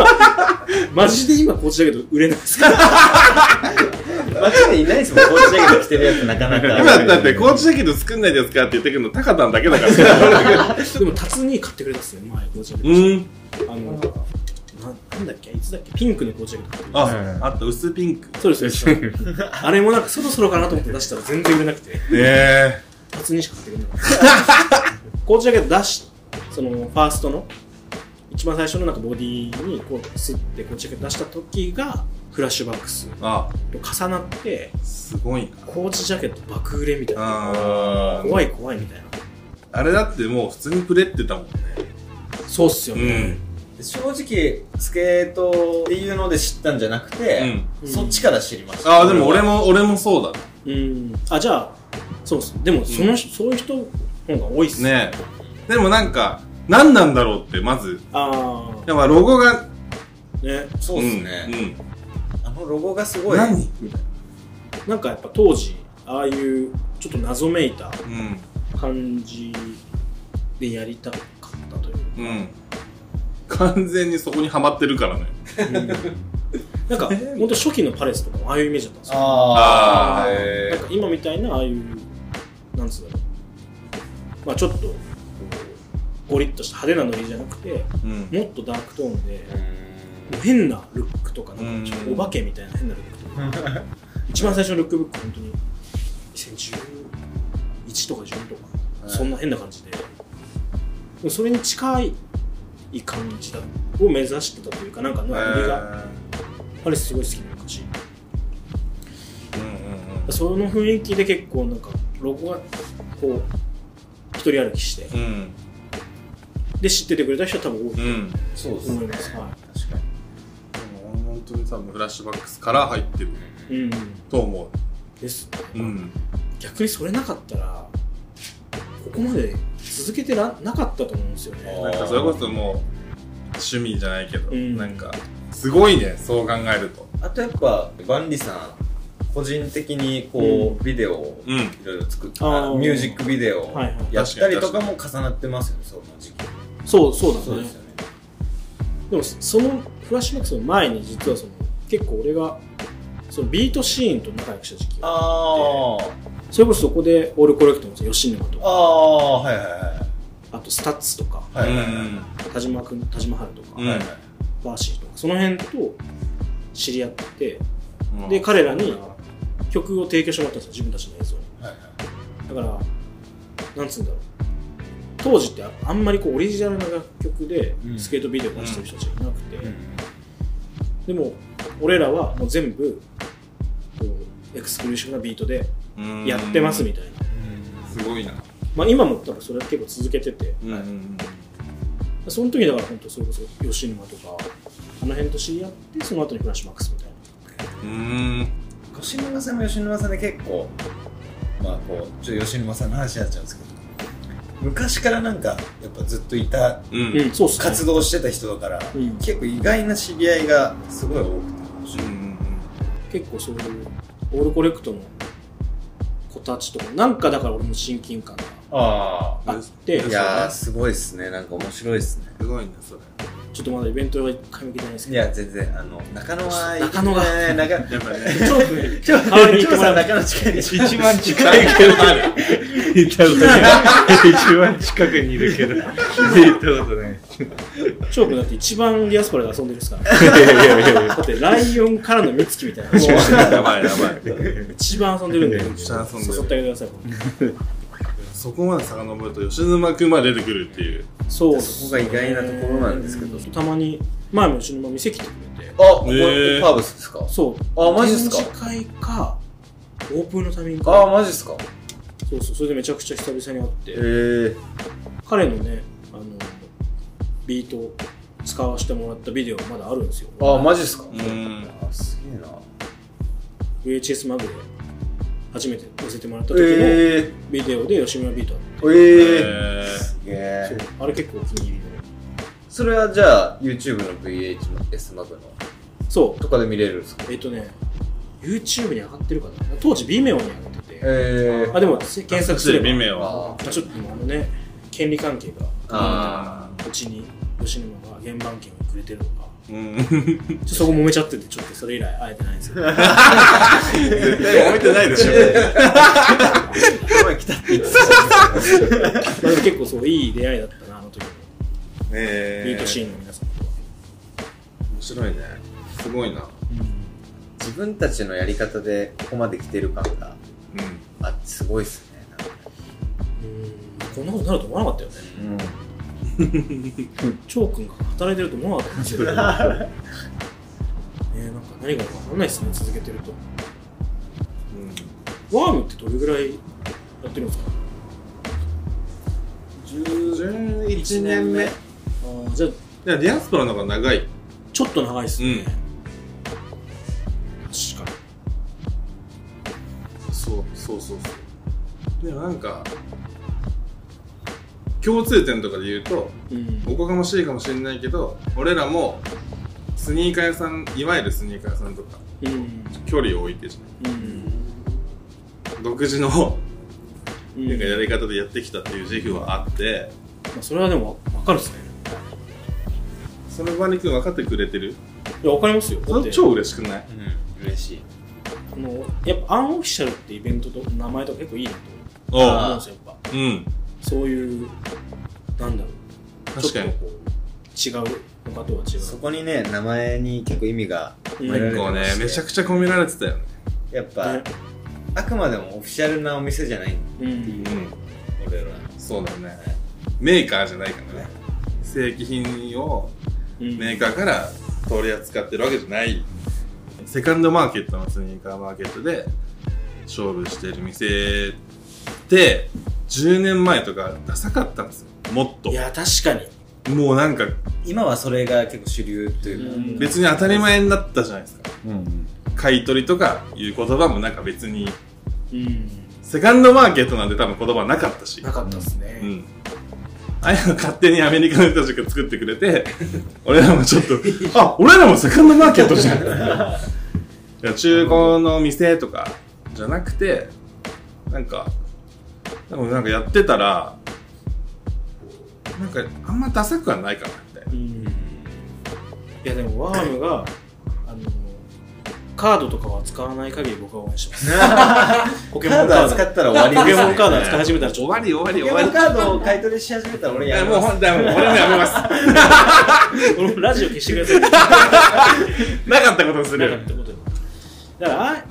マジで今コーチジャケット売れな いですから街でいないですもん、こうジャケット着てるやつなか なか。今だってコーチジャケット作んないですかって言ってくるのタカタンだけだからでも達に買ってくれたっすよ前コーチジャケうッんトあのななんだっけいつだっけピンクのコーチジャケット買ってくれたああった薄ピンクそうですそうです あれもなんかそろそろかなと思って出したら全然売れなくてえ初にしか買ってくれなかった コーチジャケット出しそのファーストの一番最初のなんかボディにこう吸ってコーチジャケット出した時がフラッシュバックスー、あと重なってすごいなコーチジャケット爆売れみたいなあー怖い怖いみたいなあれだってもう普通にプレってたもんねそうっすようんね、正直、スケートっていうので知ったんじゃなくて、うんそっちから知りました。ああでも俺も俺もそうだうん、あじゃあそうっすでもその、人そういう人の方が多いっすねでもなんか何なんだろうってまずあやっぱロゴがあねそうですね。あのロゴがすうん、ごうん、い。何なんかやっぱ当時ああいうちょっと謎めいたうん感じでやりたかったといううん完全にそこにはまってるからねなんかほんと初期のパレスとかもああいうイメージだったんですよああーーへなんか今みたいなああいうなんつうんだろうまあちょっとこうゴリッとした派手なノリじゃなくてうんもっとダークトーンでうーん変なルックとかなんかちょっとうんお化けみたいな変なルックとか一番最初のルックブック本当に2011とか12とか、そんな変な感じででもそれに近い感じだを目指してたというかなんかの俺がパレスすごい好きな昔えーうんうんその雰囲気で結構なんかロゴがこう一人歩きしてうんで知っててくれた人は多分多うんいうんでそうですと思ね。います、は確かに。も本当に多分フラッシュバックスから入ってるい、うんと思ですううん逆にそれなかったらここまで続けてななかったと思うんですよねなんかそれこそもう趣味じゃないけど、うんなんかすごいねそう考えるとあとやっぱ、バンリさん、個人的にこう、ビデオをうんいろいろ作って、あーあのミュージックビデオをはいはいやったりとかも重なってますよね、その時期。そうそうだねそうですよね。でもそのフラッシュバックスの前に実はその結構俺がそのビートシーンと仲良くした時期があー。それこそそこでオールコレクトの吉野とあかあ、はいはいあとスタッツとかはい。はいはい田島君田島春とか、うんはいはい。バーシーとかその辺と知り合ってうんで彼らに曲を提供してもらったんですよ自分たちの映像にはいはいだからなんつうんだろう当時ってああんまりこうオリジナルな楽曲でうんスケートビデオ出してる人たちがいなくて、でも俺らはもう全部こうエクスクルーシブなビートでうんやってますみたいな、すごいなまあ、今も多分それは結構続けててうんうんうんその時だから本当それこそ吉沼とかあの辺と知り合ってその後にフラッシュマックスみたいなうーん。吉沼さんも吉沼さんで結構まあこうちょっと吉沼さんの話になっちゃうんですけど昔からなんかやっぱずっといたうん。うん、そうっすね。活動してた人だから、うん結構意外な知り合いがすごい多くて面白い結構そういう、オールコレクトの子たちとか、なんかだから俺も親近感がああって、うんいちやーすごいっすねなんか面白いっすねすごいね、それ。ょっとまだイベントは一回も行けてないんですいけど、や全然あの中野は中野がね中やっぱね。チョークね、ちょ代わりに行ってちょもらさうん中野近いでしょ一番近いけどある。行ったことない。一番近くにいるけど、行ったことない。チョークだって一番リアスパラで遊んでるっすから。いやいやいやいや。だってライオンからの三月みたいな話をして やばいやばい。一番遊んでるんで、めっちゃ遊んでる誘ってあげてください。そこまで遡ると吉沼くんまで出てくるっていう。そうそこが意外なところなんですけどたまに、前も後ろも店来てくれて、あこへーれパーブスですかそう。あマジっすか展示会か、オープンのタイミングあか。あマジっすかそうそう、それでめちゃくちゃ久々に会えって、ー、彼のね、あの、ビートを使わせてもらったビデオまだあるんですよ。ああマジっすかん。あすげえな VHS マグで初めて載せてもらった時のえー、ビデオで吉村ビートあってえー、えすげえそうあれ結構お気に入りで。それはじゃあ YouTube の VH の S マグのそう。とかで見れるんですかえっ、とね、YouTube に上がってるかな。当時、微妙に上がってて。えあ、でも、せ検索すれば。微妙は。あまあちょっと今あのね、権利関係が、あうちに吉沼が原版権をくれてるのか、うん。絶ちょっとそこ揉めちゃってて、ちょっとそれ以来会えてないんですけ ど。対覚えてないでしょ。声来たって言ってまあでも結構そう、いい出会いだったな、あの時の。えビートシーンの皆さんとは。面白いね。すごいな。自分たちのやり方でここまで来てる感がうあってすごいっすねうんこんなことになると思わなかったようね。ん翔くんが働いてると思わなか ったんですよ。ねえ、なんか何が分かんないですね、続けてると。ん。うん。ワームってどれぐらいやってるんですか11年目。いあーじゃあや、ディアスプラの方が長い。ちょっと長いですね、うん確かそう、そうそうそう。でもなんか、共通点とかで言うと、にうんおこがましいかもしれないけど、俺らも、スニーカー屋さん、いわゆるスニーカー屋さんとか、うん距離を置いてじゃないうん独自の、うんなんかやり方でやってきたっていう自負はあって、まあ、それはでも分かるっすねその場に君分かってくれてるいや分かりますよだそっれて超嬉しくないうん嬉しいあのやっぱアンオフィシャルってイベントと名前とか結構いいなとお思うんうですよやっぱうん。そういうなんだろう確かに。ちょっとこう違う他とは違うそこにね名前に結構意味がうん込めら結れて構まねし、てめちゃくちゃ込められてたよね。やっぱねあくまでもオフィシャルなお店じゃないうんうんう俺らん。そうだね。メーカーじゃないからね。正規品をうんメーカーから取り扱ってるわけじゃない。セカンドマーケットのスニーカーマーケットで勝負してる店って、10年前とかダサかったんですよ。もっとい。や確かにもうなんか今はそれが結構主流というかうん別に当たり前になったじゃないですか。うん。買い取りとかいう言葉もなんか別に、うんセカンドマーケットなんて多分言葉なかったし。なかったっすね、うん。ああいうの勝手にアメリカの人たちが作ってくれて、 俺らもちょっと、あ、俺らもセカンドマーケット じゃん。いや中古の店とかじゃなくて、なんか、多分なんかやってたら、なんかあんまダサくはないかな、みたいな。うんいやでもワームがあのカードとかは使わない限り僕は応援し ますポカード扱ったら終わりポでケすモンねカード扱い始めたらち終ょっわり終わりポケ終わモりン。カードを買い取りし始めたら俺いややもうもほんと、もう俺もやめます。と俺もラジオ消してくださなかっ たことにすいるなんかってことでだからあ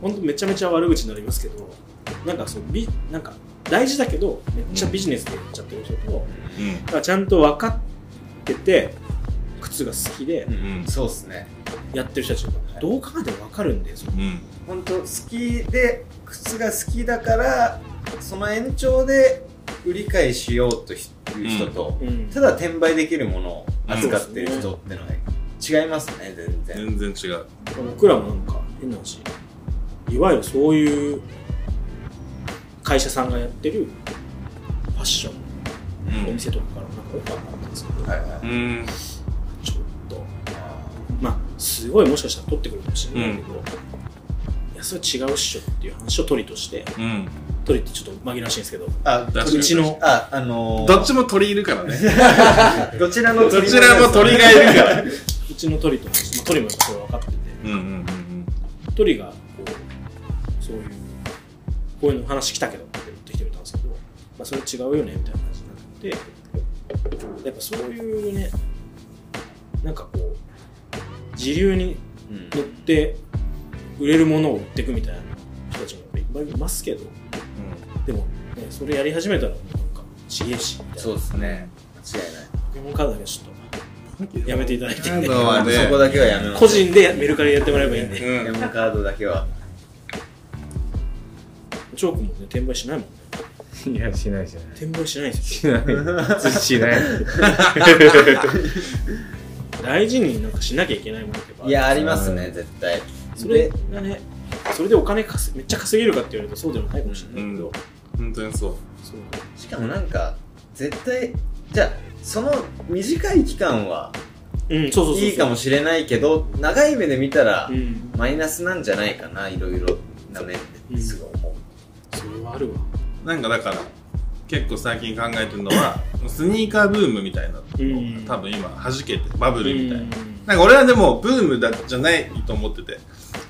本当めちゃめちゃ悪口になりますけどなんかそうビなんか大事だけどめっちゃビジネスでやっちゃってる人とうんだからちゃんと分かってて靴が好きでううんそうっすねやってる人たちがどう考えても分かるんでそのうん本当好きで靴が好きだからその延長で売り買いしようという人と、うんただ転売できるものを扱ってる人ってのは違いますね、全然。全然違う。僕らもなんか変な話いわゆるそういう会社さんがやってるファッションのお店とかからなんかオファーがあったんですけど、はいはうい。ん。ちょっとまあすごいもしかしたら取ってくるかもしれないけど、いやそれは違うっしょっていう話を鳥として うん。鳥ってちょっと紛らわしいんですけどあ、だうちの、あ、あのー、どっちも鳥いるからね。どちらのどちらも鳥がいるから。うちの鳥と、まあ、鳥もやっぱそれ分かっててうんうんうん鳥がこうそういうこういうの話来たけどって言ってきてくれたんですけど、まあ、それ違うよねみたいな話になってやっぱそういうねなんかこう時流にうん乗って売れるものを売っていくみたいな人たちもやっぱいっぱいいますけどでも、ね、それやり始めたらもうなんかちげえしみたいなそうですね。間違いない。ポケモンカードだけはちょっとやめていただいてカードはねそこだけはやめます。個人でメルカリでやってもらえばいいんでうん。うんメ。モカードだけは。チョークもね転売しないもんねいや、しないしない。転売しないんですよしない。しない。大事になんかしなきゃいけないものってばいや、ありますね、絶対。それがねそれでお金かすめっちゃ稼げるかって言われるとそうでもないかもしれないけど、うん本当にそう。そうしかもなんか絶対じゃあその短い期間はうんそうそうそうそういいかもしれないけど長い目で見たらうんマイナスなんじゃないかないろいろな面うでんすごい思う、それはあるわなんかだから、結構最近考えてるのは、スニーカーブームみたいなのうんが多分今弾けて、バブルみたいな。うなんか俺はでもブームだじゃないと思ってて、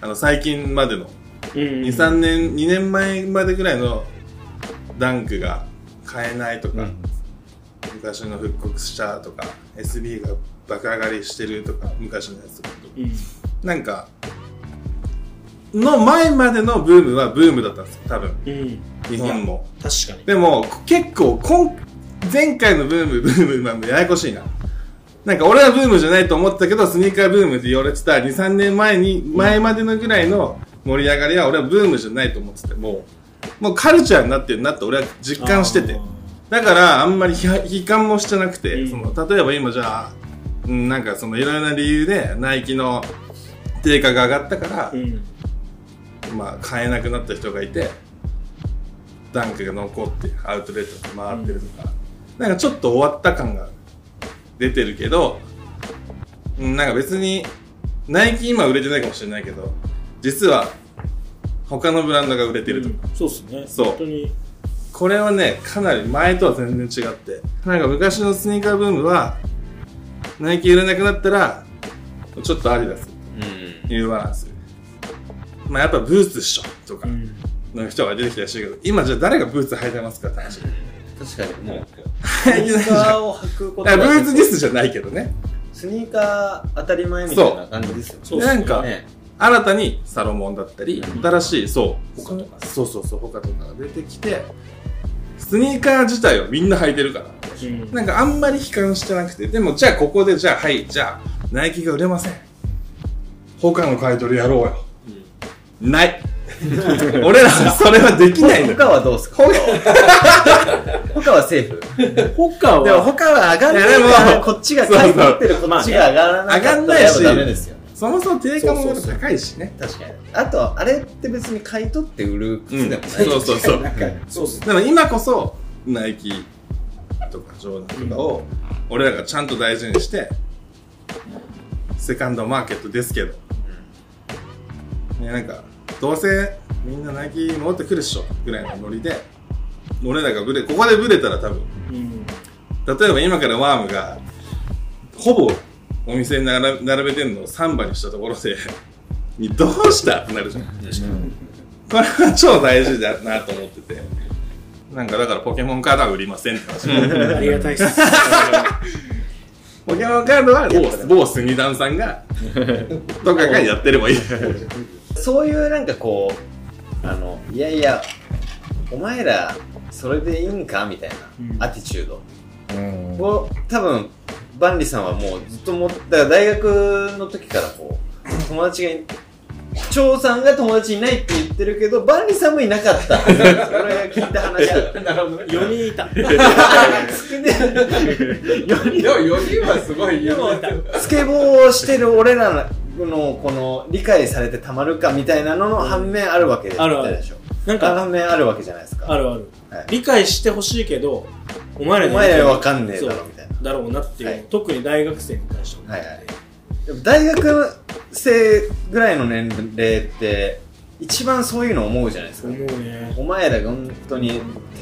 あの最近までのん2、3年、2年前までぐらいのダンクが買えないとか、昔の復刻したとか、SB が爆上がりしてるとか、昔のやつとかとうんなんか、の前までのブームはブームだったんですよ、多分。うん、うん、日本も。確かにでも、結構、今、前回のブーム、ブーム、まあややこしいな。なんか俺はブームじゃないと思ってたけど、スニーカーブームって言われてた2、3年前に、前までのぐらいの盛り上がりは俺はブームじゃないと思ってて、もう、もうカルチャーになってるなって俺は実感しててあ。だから、あんまり批判批判もしてなくて、うんその例えば今じゃあ、うん、なんかそのいろいろな理由で、ナイキの定価が上がったから、ーうんまあ、買えなくなった人がいてダンクが残ってアウトレットで回ってるとか、なんかちょっと終わった感が出てるけどうんなんか別にナイキ今売れてないかもしれないけど実は他のブランドが売れてるとか、うんそうっすねそう本当にこれはねかなり前とは全然違ってなんか昔のスニーカーブームはナイキ売れなくなったらちょっとアディダスうんニューバランスまあやっぱブーツっしょとか、うんの人が出てきたりしてるけど、今じゃあ誰がブーツ履いてますかって話。確かにもうス履いニてないーじゃカーん。を履くことだからブーツディススじゃないけどね。スニーカー当たり前みたいな感じですよねそうでっすねなんかね新たにサロモンだったり、うん新しい、そう。他とかそうそうそう、他とかが出てきて、スニーカー自体はみんな履いてるから。うんなんかあんまり悲観してなくて、でもじゃあここで、じゃあはい、じゃあ、ナイキが売れません。他の買い取りやろうよ。ない。 俺らはそれはできないのよ。他はどうすか他はセーフ他でもは他は上がんないいやかでらもこっちが買い取ってるこまっあねちが上がらなかったらやっぱダメですよねそもそも定価もまだ高いしね。確かにあとあれって別に買い取って売る靴でもない、そうそうそう。そうっすねでも今こそナイキとかジョーダンとかを俺らがちゃんと大事にしてセカンドマーケットですけど、ね、なんかどうせみんなナイキ戻ってくるっしょぐらいのノリで俺らがブレここでブレたら多分うん例えば今からワームがほぼお店に並べ並べてんのをサンバにしたところでどうしたってなるじゃんこれは超大事だなと思っててなんかだからポケモンカードは売りませんって話あり がたいっすポケモンカードは某某スニダンさんがとかがやってればいいそういうなんかこうあのいやいやお前らそれでいいんかみたいうんなアティチュードうん。を多分万里さんはもうずっともだから大学の時からこう友達が張さんが友達いないって言ってるけど、万里さんもいなか った。それが聞いた話だ。なるほどね。 4人いた。少ねでも4人はすごい有名だよスケボーをしてる俺らの、この、理解されてたまるかみたいなのの反面あるわけであるあるでしょ。なんか、反面あるわけじゃないですか。あるあるはい。理解してほしいけど、お前らおに前らわかんねえだろ、みたいな。だろうなって、はいいう特に大学生に対して思ってはいはいでも大学生ぐらいの年齢って、一番そういうの思うじゃないですか。思うね。お前らが本当に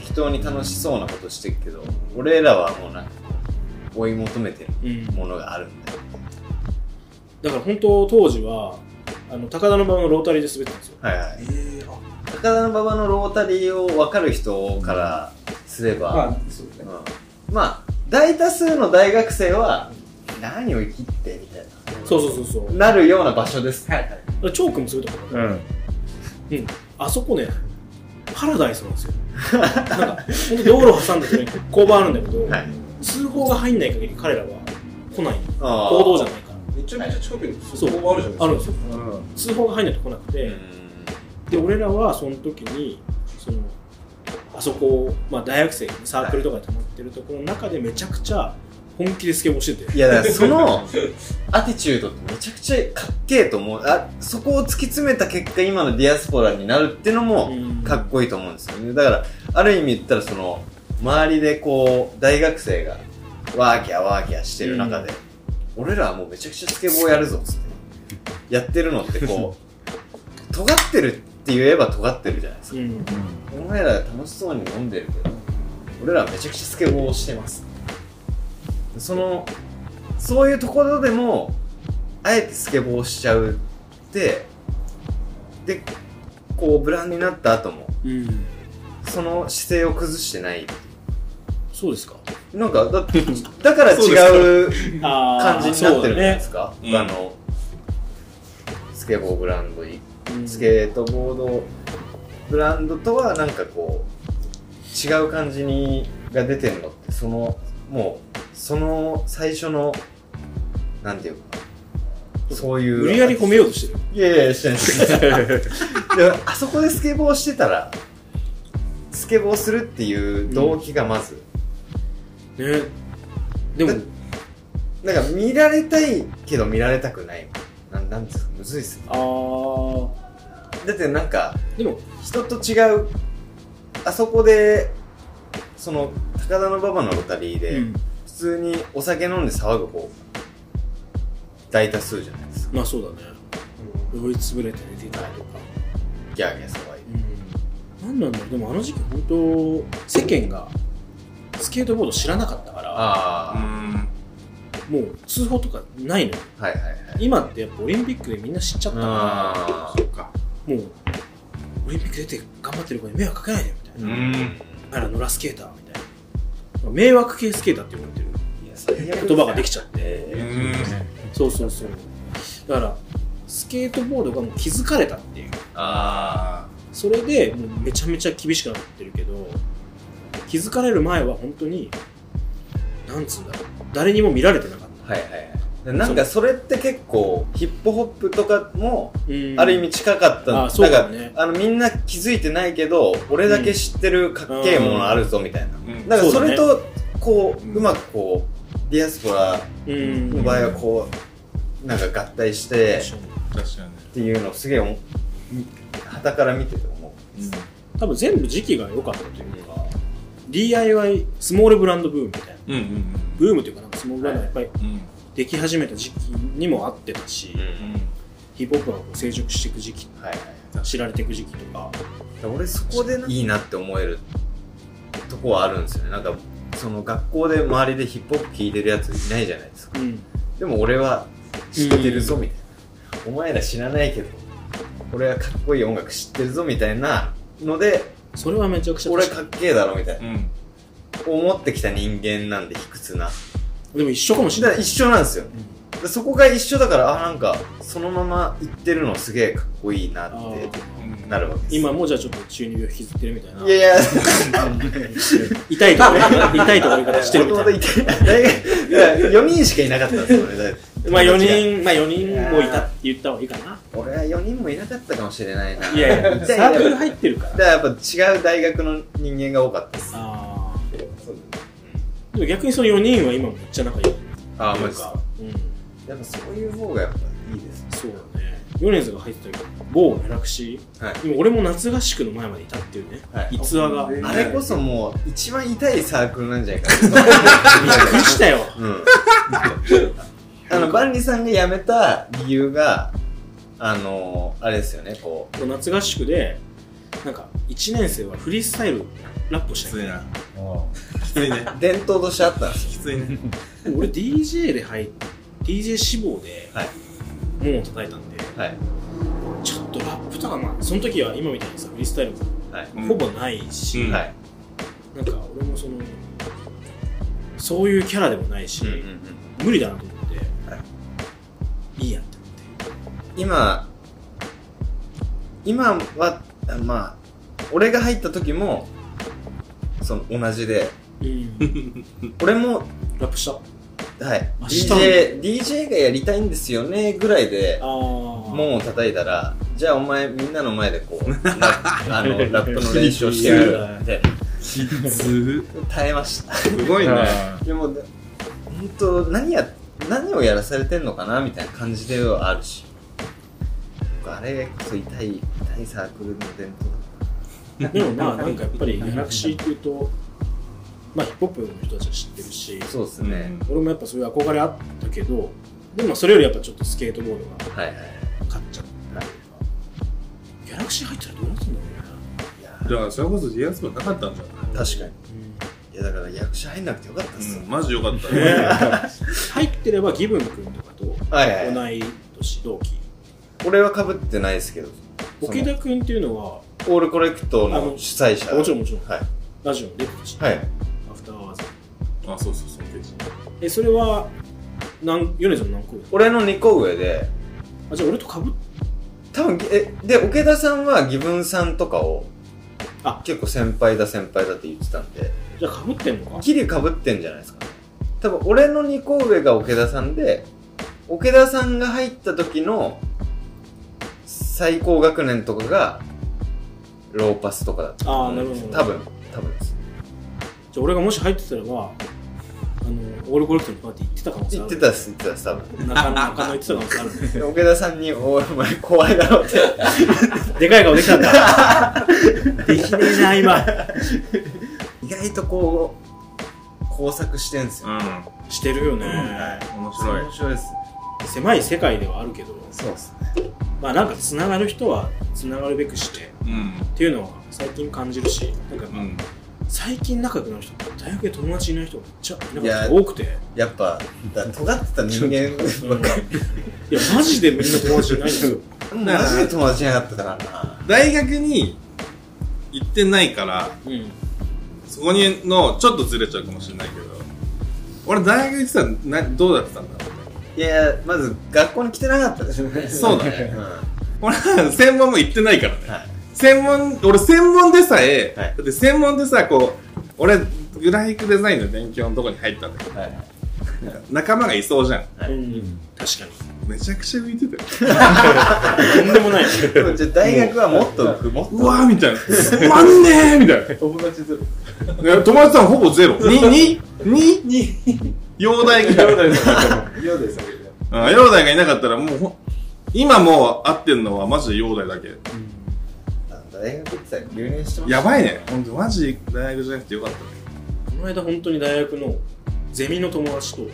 適当に楽しそうなことしてるけど、俺らはもうなんかこう、追い求めてるうん。ものがあるんだよ。だから本当当時は、あの、高田の場のロータリーで滑ったんですよ。はいはい。ええ、あ、高田馬場のロータリーを分かる人からすれば、まあ、そうだね。うんまあ、大多数の大学生は、何を生きってみたいそうそうそうそう。だかな、なるような場所です。はいはい。らチョークも滑ったことあるうん。うん、あそこね、パラダイスなんですよ。なんか、本当道路挟んだとに交番あるんだけど、はい。通報が入んない限り彼らは来ない。あ行動じゃん。ないから。めちゃめちゃ近くにそうそこもあるじゃないですか。あるんですよ。通うん。報が入んないと来なくて、で、俺らはその時に、その、あそこ、まあ大学生、サークルとかで泊まってるところの中でめちゃくちゃ本気でスケボーしてて。いや、だからその、アティチュードってめちゃくちゃかっけえと思う。あ、そこを突き詰めた結果、今のディアスポラになるってのも、かっこいいと思うんですよね。だから、ある意味言ったら、その、周りでこう、大学生が、ワーキャーワーキャーしてる中で、俺らはもうめちゃくちゃスケボーやるぞ、つって。やってるのってこう、尖ってるって言えば尖ってるじゃないですうか。ん。お前ら楽しそうに飲んでるけど、俺らはめちゃくちゃスケボーをしてます。その、そういうところでも、あえてスケボーをしちゃうって、で、こう、ブランになった後も、うん。その姿勢を崩してない。そうですか。なんか、だだから違うあ感じになってるんですかそうだあねの、スケボーブランドい、スーケートボードブランドとはなんかこう、違う感じに、が出てるのって、その、もう、その最初の、なんていうか、そういう。無理やり褒めようと してる。いやいや、してないしてないでもあそこでスケボーしてたら、スケボーするっていう動機がまず、ね。でも、なんか見られたいけど見られたくない。なんなんつうのむずいっすね。あー。だってなんか、でも、人と違う、あそこで、その、高田の馬場のロタリーで、うん普通にお酒飲んで騒ぐ方、大多数じゃないですか。まあそうだね。酔いつぶれて寝てたりとか。ギャーギャー騒いで。うん。なんなんだろう、でもあの時期本当、世間がスケートボード知らなかったから、あもう通報とかないのよ。あ、はいはいはい。今ってやっぱオリンピックでみんな知っちゃったかあそっか。ら、もう、オリンピック出て頑張ってる子に迷惑かけないでよ、みたいうな。うんん。あら、ノラスケーター、みたいな。迷惑系スケーターって言われてる言葉ができちゃって。うん。そうそうそう。だから、スケートボードがもう気づかれたっていう。あそれでもうめちゃめちゃ厳しくなってるけど気づかれる前は本当になんつうんだろう誰にも見られてなかっあはいはいはいなんかそれって結構ヒップホップとかもた、ある意味近かった、あそうだねなんかあのみんな気づいてないけど俺だけ知ってるかっけえものあるぞみたいな、うんだからそれそとこううう,、んまくこうディアスポラうんの場合はこうなんか合体して確かに確かに。っていうのをすげえはたから見てて思う多分全部時期が良かったというか DIY スモールブランドブームみたいなうんうんブームというかなんかスモールブランドがいっぱいうん。うん。でき始めた時期にも合ってたし、ヒップホップがこう成熟していく時期はいはい知られていく時期とか俺そこでいいなって思えるとこはあるんですよねなんかその学校で周りでヒップホップ聴いてるやついないじゃないですかうんでも俺は知ってるぞみたいな、お前ら知らないけど俺はかっこいい音楽知ってるぞみたいなのでそれはめちゃくちゃ俺確かかっけえだろみたいなうん。思ってきた人間なんで卑屈なにでも一緒かもしだれかならい一緒なんですよでそこが一緒だからあなんかそのまま行ってるのすげえかっこいいなあーってなるわけです今もじゃあちょっと中二病引きずってるみたいないやいや 痛いとか、痛いとか言い方してるみたい大学、4人しかいなかったんですよね、な。まあ4人、まあ4人もいたって言った方がいいかな。俺は4人もいなかったかもしれないな。いやいや、じサゃあークル入ってるかだら。からやっぱ違う大学の人間が多かったです。ああ。そうだねでも逆にその4人は今めっちゃ仲良い。ああ、マなんジっすかか。、うん。やっぱそういう方がやっぱいいですね。そうだね。ヨネズが入ってたけど、某ヘラクシはいー。でも俺も夏合宿の前までいたっていうね。はい逸話が。あれこそもう一番痛いサークルなんじゃないかびっくりしたよ。な。うん。 あの、万里さんが辞めた理由が、あのあれですよね、こ夏合宿で、なんか、1年生はフリースタイルラップをしきたついいな。きついね。う、伝統としてあったんですよ。きついね。俺 DJ で入って、DJ 志望ではい、門を叩いたんで、はい。ちょっとラップとかまあ、その時は今みたいにさ、フリースタイルもはい。ほぼないし、うんはい。なんか俺もその、そういうキャラでもないし、無理だなと思って、、はいいやって思って。今、今は、あまあ、俺が入った時も、その、同じで、うん、俺も、ラップした。あはい、あしたんだ DJ、DJ がやりたいんですよね、ぐらいで、あ。門を叩いたら、じゃあお前みんなの前で こう、ラップあのラップの練習をしてやるって、 す 耐えました。ごいね。でも、本当何や、何をやらされてんのかなみたいな感じではあるし。あれこそ痛い、痛いサークルの伝統でもまあなんかやっぱりギャラクシーっていうと、まあヒップホップの人たちは知ってるしだ。、そうですね。俺もやっぱそういう憧れあったけど、でもそれよりやっぱちょっとスケートボードはがいはい。勝っちゃったりとか、ギャラクシー入ったらどうなってんだろいや、 じゃあ、それこそリアルスもなかったんじゃない確かに。うね。いや、だから役者入んなくてよかったっすようん、。マジよかったねね。入ってればギブン君とかとはいはい。同い年同期。俺は被ってないですけど、桶田君っていうのは、オールコレクトあのの主催者。もちろんもちろん、はい。ラジオに出てたし、はい。アフターアワーズ あ、そうそうそう。えそれは何米津の何個上俺の2個上で、あじゃあ俺とかぶっ多分えで桶田さんはギブンさんとかをあ結構先輩だ先輩だって言ってたんでじゃあかぶってんのかギリかぶってんじゃないですかね多分俺の2個上が桶田さんで桶田さんが入った時の最高学年とかがローパスとかだったああなるほど多分多分ですじゃあ俺がもし入ってたらばあのオールコレクトのパーティー行ってた可能性言あっるてたっす言ってたっす多分中野中野行ってた可能性あるねで桶田さんに「おいお前怖いだろ」ってでかい顔できたんだできねえな今意外とこう工作してんすうよ、ん。してるよね面白い。面白いです狭い世界ではあるけどそうっすねまあなんかつながる人はつながるべくしてうん。っていうのは最近感じるしなんかうん。最近仲良くなる人って大学で友達いない人がめっちゃいなやんか多くていややっぱ、だ尖ってた人間ばっかり。マジでみんな友達いないんですよマジで友達いなかったからな。大学に行ってないから、うんそこにの、ちょっとずれちゃうかもしれないけど、俺大学行ってたらな、どうだったんだろうね。いや、まず学校に来てなかったでしょうね。そうだうね。ん。は俺は専門も行ってないからね。い。専門、俺専門でさえ、はいだって専門でさ、こう、俺、グラフィックデザインの勉強のとこに入ったんだけど、はい。仲間がいそうじゃん。うん、確かに。めちゃくちゃ浮いてたよ。とんでもない。でもじゃあ大学はもっと、もっと。うわーみた いな。つまんねーみたいな。友達ゼロ。ね友達さんほぼゼロ。に、に、に、に、容体が。だよ。嫌だよ、それ。うん、容体がいなかったらもうほん、今もう会ってんのはマジで容体だけ。大学行ってたら留年してました。やばいね。ほんと、マジ大学じゃなくてよかったね。この間本当に大学のゼミの友達と、はい。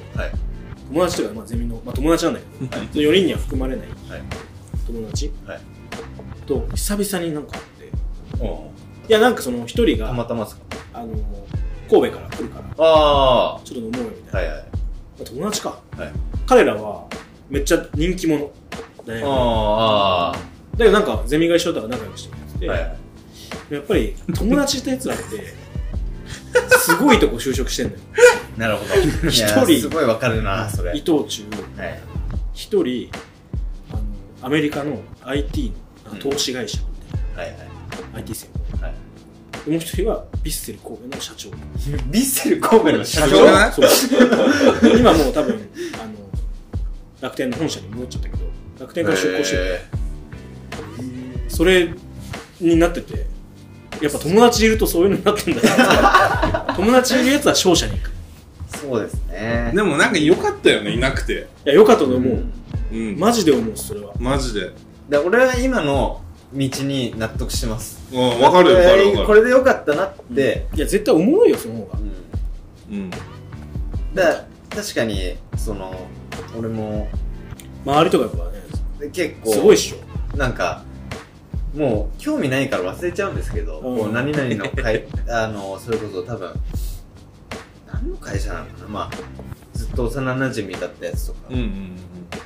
友達というか、まあ、ゼミの、まあ、友達なんだけど、その4人には含まれないはい友達、はいと久々になんか会って、うんいや、なんかその一人たが、またまですかあの、神戸から来るから、あちょっと飲もうよみたいあ。な。はいはい。まあ友達か、はい彼らは、めっちゃ人気者。大学のあだけどなんか、ゼミが一緒だから仲良くしてくれてあ。て、はいはい。やっぱり友達ってやつらって、 すごいとこ就職してんのよ。なるほど。一い人やすごいわかるな、それ。はい伊。藤忠、一人あのアメリカの IT のなんか投資会社みたいはいはい。な、IT 専はい門でもう一人はビッセル神戸の社長ビッセル神戸の社長じゃないそう今もう多分あの楽天の本社に戻っちゃったけど楽天から出向してるへそれになっててやっぱ友達いるとそういうのになってんだ な友達いるやつは勝者に行くいそうですねでもなんか良かったよね、いなくて。やよかったと思う、うん。マジで思うそれはマジで。で俺は今の道に納得してますうん、わかるよ、わかるこれわこかる。れでよかったなって、いや絶対おもろいよその方がうん、うん。だ確かにその俺も周りとかやっぱね結構すごいっしょなんかもう興味ないから忘れちゃうんですけど、うんこう何々の会 あのそれこそ多分何の会社なのかなまあずっと幼馴染だったやつとか、うんうん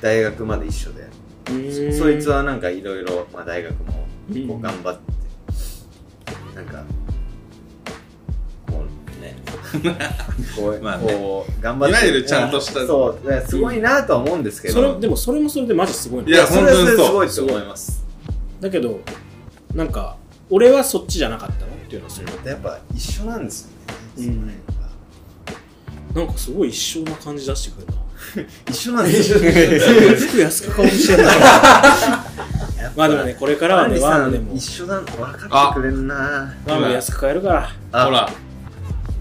大学まで一緒で、そいつはなんかいろいろまあ大学もうんこう頑張って、なんかこう ねこう,、まあねこう頑張っていわゆるちゃんとしたそうねすごいなとは思うんですけそど、れでもそれもそれでマジすごいのいやそれはそれですご本いと思いますだけどなんか俺はそっちじゃなかったのっていうのはするやっぱ一緒なんですよね、うんなんかすごい一生な感じ出して くるな一緒なんですよ服安く顔にしてんなまあでもねこれからはアンねリワーさムでもん一緒だ分かってくれんなワームで安く買えるからうん。ほら、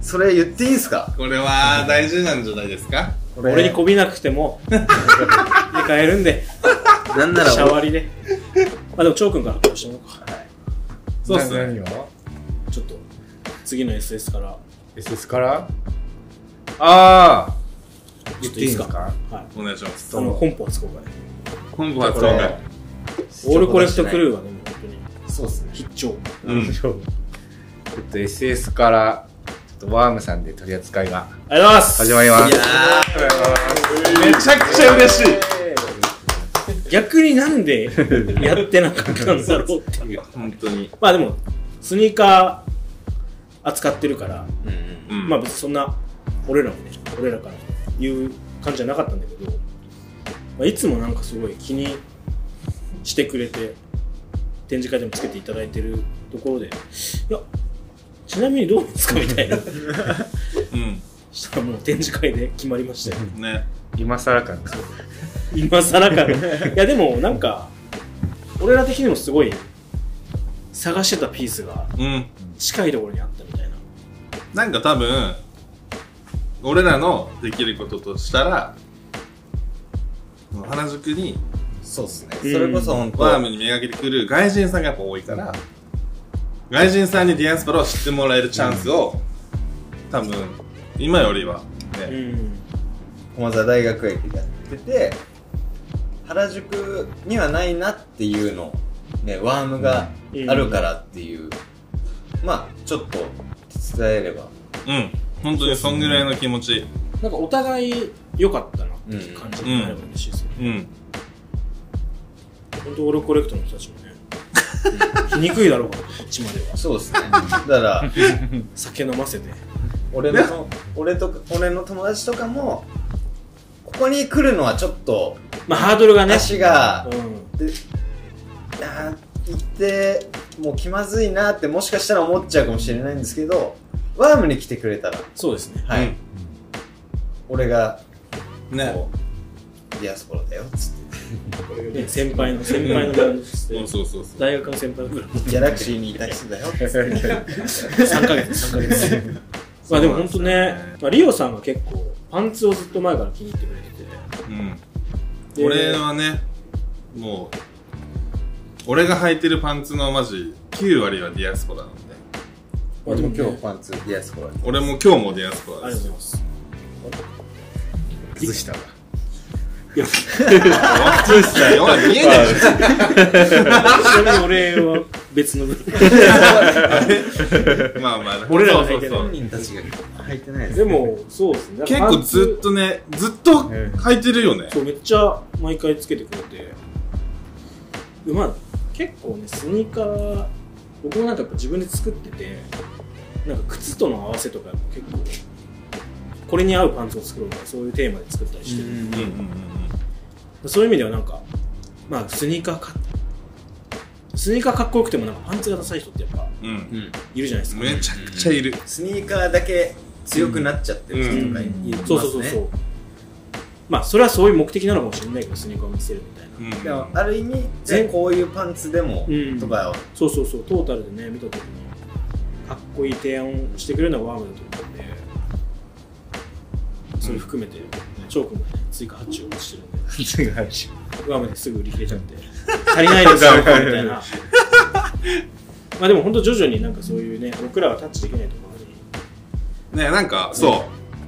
それ言っていいんすかこれは大事なんじゃないですかこれ俺にこびなくて も家買えるんでなんならシャワリでまあでもチョウ君からこうしてもらおうかそうっすね。何をちょっと次の SS から ?SS からああちょっといいですかはいお願いします。あの本邦初公開本部発表会。オールコレクトクルーはねもう本当にそうですね必聴 うん。ちょっと SS からちょっとワームさんで取り扱いがありがとうございます始まりますいやめちゃくちゃ嬉しい。逆になんでやってなかったんだろう っていう本当に。まあでもスニーカー扱ってるから、ーうんうん。まあ別にそんな俺らもね俺らから言う感じじゃなかったんだけど、まあ、いつもなんかすごい気にしてくれて展示会でもつけていただいてるところでいやちなみにどうですかみたいなうしたらもう展示会で決まりましたよん。ね。今更感が今更かいやでもなんか俺ら的にもすごい探してたピースがうん。近いところにあったみたいななんか多分、俺らのできることとしたら、原宿にそうですねそれこそ本当ワームにめがけてくる外人さんがやっぱ多いから、外人さんにディアンスパロを知ってもらえるチャンスを、多分、今よりは、うね、ん駒沢大学駅でやってて原宿にはないなっていうのをねワームがあるからっていう、まあちょっと伝えればうん。本当にそんぐらいの気持ち。なんかお互い良かったなっていう感じになれば嬉しいですね、うん。本当オールコレクトの人たちもねうん皮肉いだろうからこっちまではそうですねだ から酒飲ませて俺の俺とか俺の友達とかもここに来るのはちょっとまあハードルがね足がうであー行ってもう気まずいなってもしかしたら思っちゃうかもしれないんですけどワームに来てくれたらそうですねはい、俺がね。こうディアスポラだよっつってね先輩の先輩のブランドとしそうてそうそうそう。大学の先輩のブランギャラクシーにいた人だよっつってド3ヶ月3ヶ月 まあでも本当ねまあ、リオさんが結構パンツをずっと前から気に入ってくれてうてん。で俺はね、もう、俺が履いてるパンツのマジ9割はディアスコラなんで。まあ、俺でもも今今日日パンツディアスポラ俺も今日もディアスコあラでりがとうごすざいよ。ます崩したわいやそうしたよ。見えないじゃん。ちなみに俺は別の部まあまあ、俺らがそ履うそいてうるそう本。人たちが履いてないですでもそうですね結構ずっとね、ずっと履いてるよね。そうめっちゃ毎回つけてくれてでまあ結構ねスニーカー僕もなんかやっぱ自分で作っててなんか靴との合わせとか結構これに合うパンツを作ろうとかそういうテーマで作ったりしてる、うんうんうんそういう意味ではなんかまあスニーカーかスニーカーかっこよくてもなんかパンツがダサい人ってやっぱうん。うん。うんいるじゃないですかめちゃくちゃいる。スニーカーだけ強くなっちゃってる人とかいうんいますねそうそうそうそう、まあそれはそういう目的なのかもしれないけどスニーカーを見せるみたいな、うんでもある意味全こういうパンツでも、うんとかをそうそうそうトータルでね見た時にかっこいい提案をしてくれるのはワームだと思うんでそれ含めて、チョークもね追加発注をしてるんでワームですぐ売り切れちゃって足りないですよみたい なまあでも本当徐々になんかそういうね僕らはタッチできないところにねなんか、そ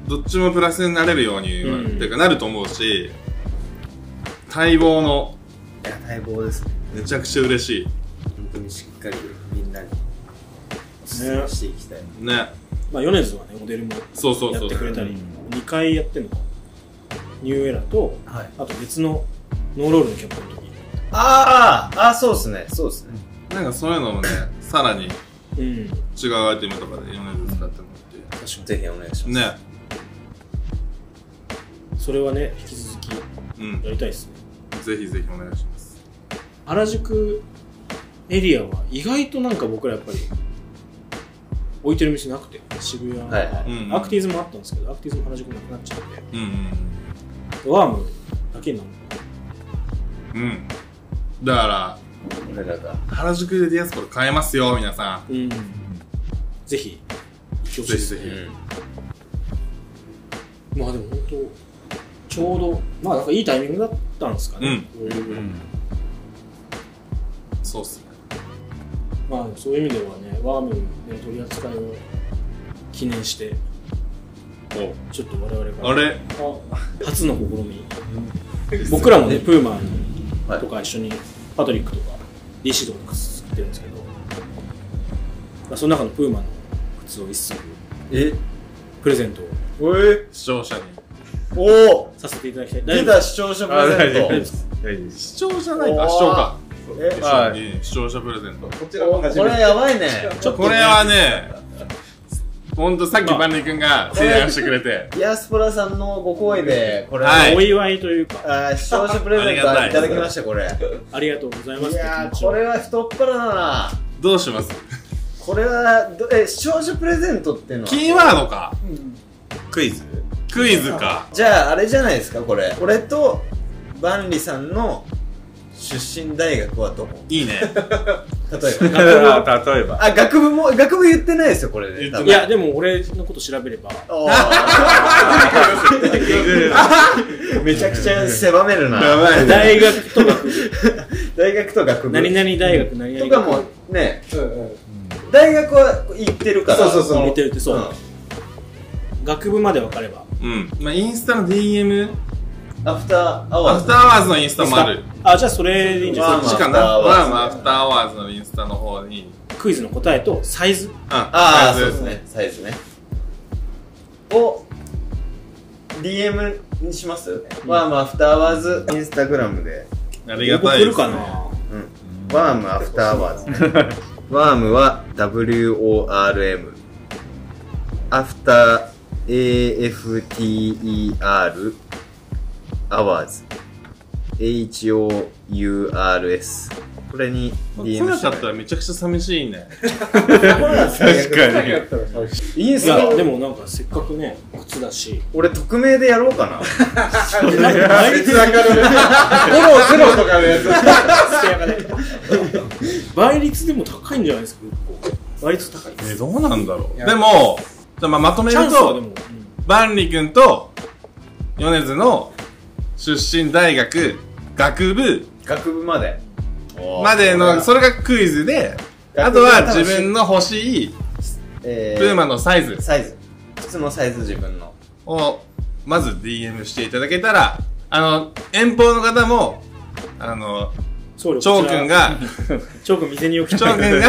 う。どっちもプラスになれるようには、うんてかなると思うし、待望のいや待望ですねめちゃくちゃ嬉し本当にしっかりみんなにおすすめしていきたい、い。ね。まあ、米津はね、モデルもそうそうやそっうてくれたり、2回やってんのかなニューエラと、はい、あと別のノーロールのキャンプの時あーあーそうですねそうですねなんかそういうのもね、さらに違ううん、アイテムとかで4年ずつ使ってもらって。確かぜひお願いします、ね。に。それはね、引き続きやうん。りたいですね。ぜひぜひお願いします。原宿エリアは意外となんか僕らやっぱり、置いてる店なくて、渋谷は、はいはいうんアクティーズもあったんですけど、アクティーズも原宿なくなっちゃっうんて、ワームだけになるうんうん。うん。だか俺らがら、原宿でディアスコラ買えますよ、皆さん。うん。ぜひ、行きほしいぜでひすねぜひ。まあでも本当ちょうどまあなんかいいタイミングだったんですかね、そうっすね。まあそういう意味ではねワームの、ね、取り扱いを記念してちょっと我々からあれあ初の試み僕らもねプーマはいとか一緒にパトリックとか DC とか作ってるんですけど、まあ、その中のプーマの靴を一足えプレゼントをおえ視聴者に。おおさせていただきたい出た視聴者プレゼント視聴じゃないおか、ー視聴か。え視聴に視聴者プレゼント。こちらも初こめれてやばいねちょこれはね、ほんとさっき万里君が提案してくれて、イアスプラさんのご好意でこれ、はいお祝いというかあー視聴者プレゼントあいりがたいただきましたこれありがとうございますいやってー気持ちをこれは太っ腹だなどうしますこれはどえ視聴者プレゼントっていうのはキーワードか、クイズクイズか。じゃああれじゃないですかこれ俺とバンリさんの出身大学はどこいいね。例え ば例えばあ学部も学部言ってないですよこれね言っていやでも俺のこと調べればお ーめちゃくちゃ狭めるやなばいね。大学 とか大学と学部何々大学何々とかもね、大学は行ってるからそうそうそう言ってるってそう、学部まで分かればうん。まあ、インスタの DM、んアフターアアワフーターアワーズのインスタもある。あじゃあそれでいいんじゃないまあでしすまかかな。アフターアワーズまあ、アフターアワーズのインスタの方に。クイズの答えとサイズうん。ああとりそうあえずですねサイズねを DM にします、ワームアフターアワーズインスタグラムで、ありどがこたいで来す、ね。るかなうん、ワームアフターアワーズワームは WORM アフター AFTER アワーズ HOURS これに来 DM なしてかったらめちゃくちゃ寂しいね。確かにいいんいすかやでもなんかせっかくね靴だし俺匿名でやろうかな別だからねゼロゼロとかのやつ 倍率でも高いんじゃないですか結構倍率高いえ、どうなんだろう。でも、じゃあまあまとめチャるンスはでとも、、万里君と、米津の出身大学、学部学部までまでの、それがクイズで、あとは自分の欲しいえプーーマのサイズサイズ靴のサイズ自分のを、まず DM していただけたら、あの、遠方の方も、あの、総力翔くんが、翔くん店に置き翔くんが、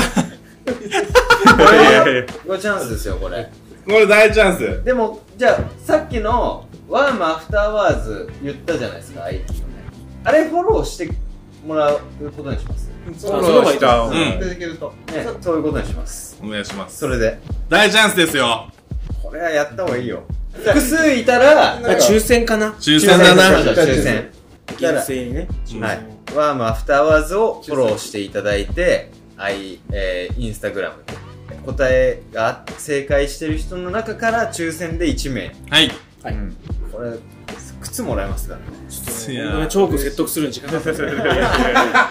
ごチャンスですよこれこれ大チャンス。でもじゃあさっきのワームアフターワーズ言ったじゃないですか IT のねあれフォローしてもらうことにしますフォローしたん出てくるとねそういうことにしますお願いします。それで大チャンスですよ。これはやった方がいいよ複数いたらあ抽選かな抽選だな。抽選た厳ら正にね抽は選いを、ワームアフターワーズをフォローしていただいて、I えー、インスタグラムで答えが正解してる人の中から抽選で1名はい。はいこれ靴もらえますからね。す本や当ね、チョーク説得するのに時間か かったね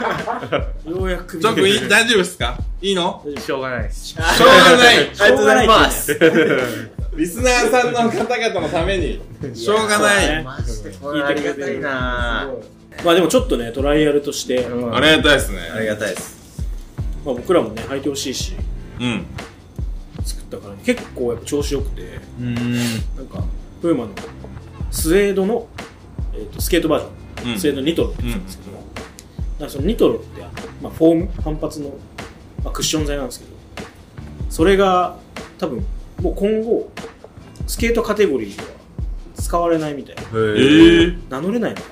ようやく見ジョーた君 いい大丈夫ですかいいのしょうがないです。しょうがないしょうがないっていうねリスナーさんの方々のために、しょうがなそうだい。ね マジでこれありがたいなぁまあでもちょっとね、トライアルとして、まあありがたいですありね。がたいです。僕らもね、履いてほしいし、うん。作ったからね、結構やっぱ調子よくて、うん。なんか、富山のスウェードの、えーとスケートバージョン、うんスウェードニトロってやつなんですけども、なんかそのニトロってあの、まあ、フォーム、反発の、まあ、クッション材なんですけど、それが多分、もう今後、スケートカテゴリーでは使われないみたいな。えへー。名乗れないのか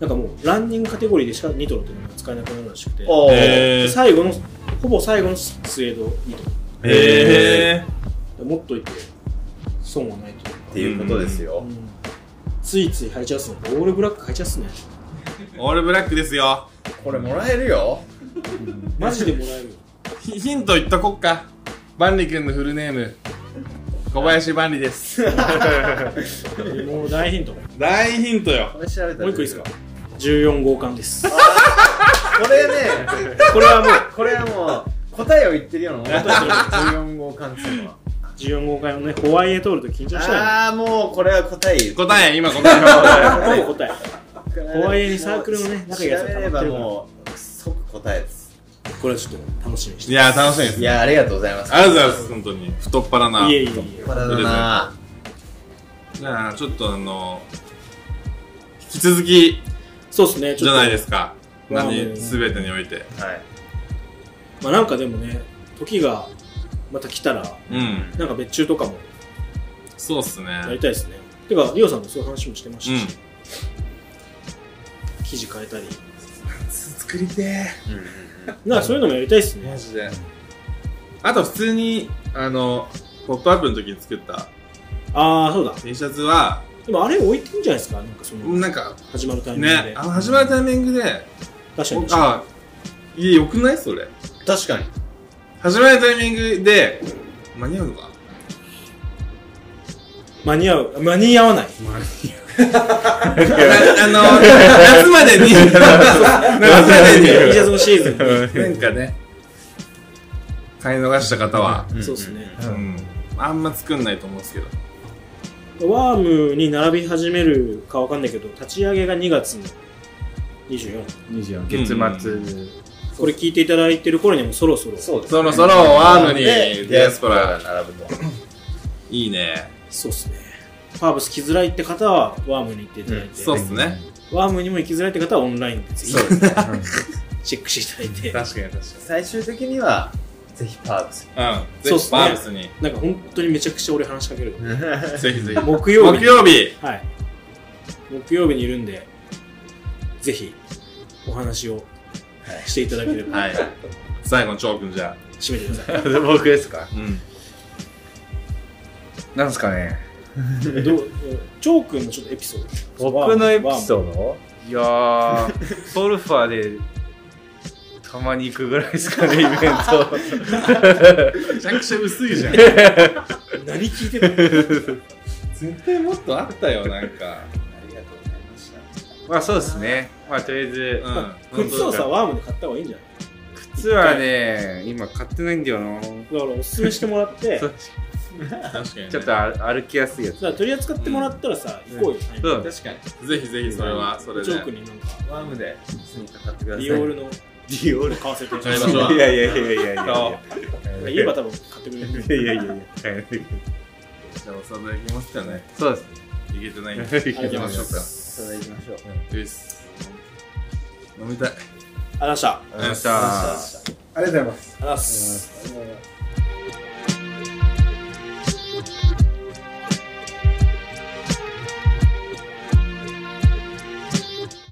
ななんかもう、ランニングカテゴリーでしかニトロっていうのが使えなくなるらしくて、おー。えー。最後の、ほぼ最後のスウェードニトえロ。持っといて、損はないというかっていうことですよ。ついつい履いちゃうっすね。オールブラック履いちゃうっすね。ー。オールブラックですよ。これもらえるよ。マジでもらえるよ。ヒヒント言っとこっか。バンリ君のフルネーム、小林バンリです。 もう大ヒント。も大ヒントよ。これ調べたらう一個いいですか ?14 号館です。これね、 これはもう、これはもう、答えを言ってるようなもん14号館っていうのは。 14号館のね、ホワイエトールと緊張したよね。あー、もうこれは答え言う。答え、今答え。ほぼ答え。ホワイエにサークルのね中にやつ調がべ溜まっれてるかばらもう、即答えです。これはちょっと楽しみにしいて。やー、楽しみですい。や、ありがとうございます。ありがとうございます、本当に。太っ腹な。いえいえいえ。これだなじゃあ、ちょっとあの、引き続きそうっすね、じちゃょっとないですか。まあ何、すべてにおいて。はい。まあなんかでもね、時がまた来たら、うん。なんか別注とかもそうっすね。やりたいですね。てか、リオさんもそういう話もしてましたし、記事変えたり。作りてなんかそういうのもやりたいですね。マジで。あと、普通に、あの、ポップアップの時に作ったああ、そうだ。 T シャツは、でもあれ置いていいんじゃないですかなんかその、なんか、始まるタイミングで。ね、あの始まるタイミングで、確かに。あ、いいよくないそれ。確かに。始まるタイミングで、間に合うのか間に合う。間に合わない。なあの、夏までに、夏まシでに、ャツのシーズンに。なんかね、買い逃した方は、そうですね。うん、あんま作んないと思うんですけど。ワームに並び始めるかわかんないけど、立ち上げが2月の24。 24月末。これ聞いていただいてる頃にはもうそろそろ。そうです。そろそろワームにでディアスポラディアスポラが並ぶと。いいね。そうですね。ファーブス来づらいって方はワームに行っていただいて、そうっすね。ワームにも行きづらいって方はオンラインでぜひ そうですね。チェックしていただいて、確かに確最終的には、ぜひパー クス。かに。うん。そそううっっすねすね。バーブスに。なんか本当にめちゃくちゃ俺話しかける。ぜひぜひ。木曜日木曜日、はい。木曜日にいるんで、ぜひ、お話をしていただけ れば、はい。最後のチョー君じゃ締めてくださ僕ですかあ。うん。なんすかね。い。どう、チョー君のちょっとエピソード。僕のエピソーードいやー、ソルファーで、たまに行くぐらいですかね、イベンめちゃくちゃ薄いじゃん。ド。何聞いてた 絶対もっとあったよ、なんか。ありがとうございました。ト。 まあそうですね。まあとりあえうず、ん。靴をさ、ワームで買った方がいいんじゃない靴はね、今買ってないんだよな。だから、お勧めしてもらって、そだうか確かに、ね。ちょっとあ歩きやすいやつ。ら取り扱ってもらったらさ、うん行こうよ。タイミングそう確かに。ぜひぜひ、それは、それチで。ョー君になんか、ワームでスニーカー買ってください。ディオールの、ディオール買わせて。買いましょういやいやいやいやいやいそや。言えば多分買ってくれる。いやいやいやいや。じゃあ、おさだいきますかね。そうです。いけてない。ありがとうござい行まきましょうか。それで行きましょう。ういっす。飲みたい。ありがとうございました。ありがとうありがとうございましあたりがとうございましありがとうごた。ざいます。ありございます。がとうございます。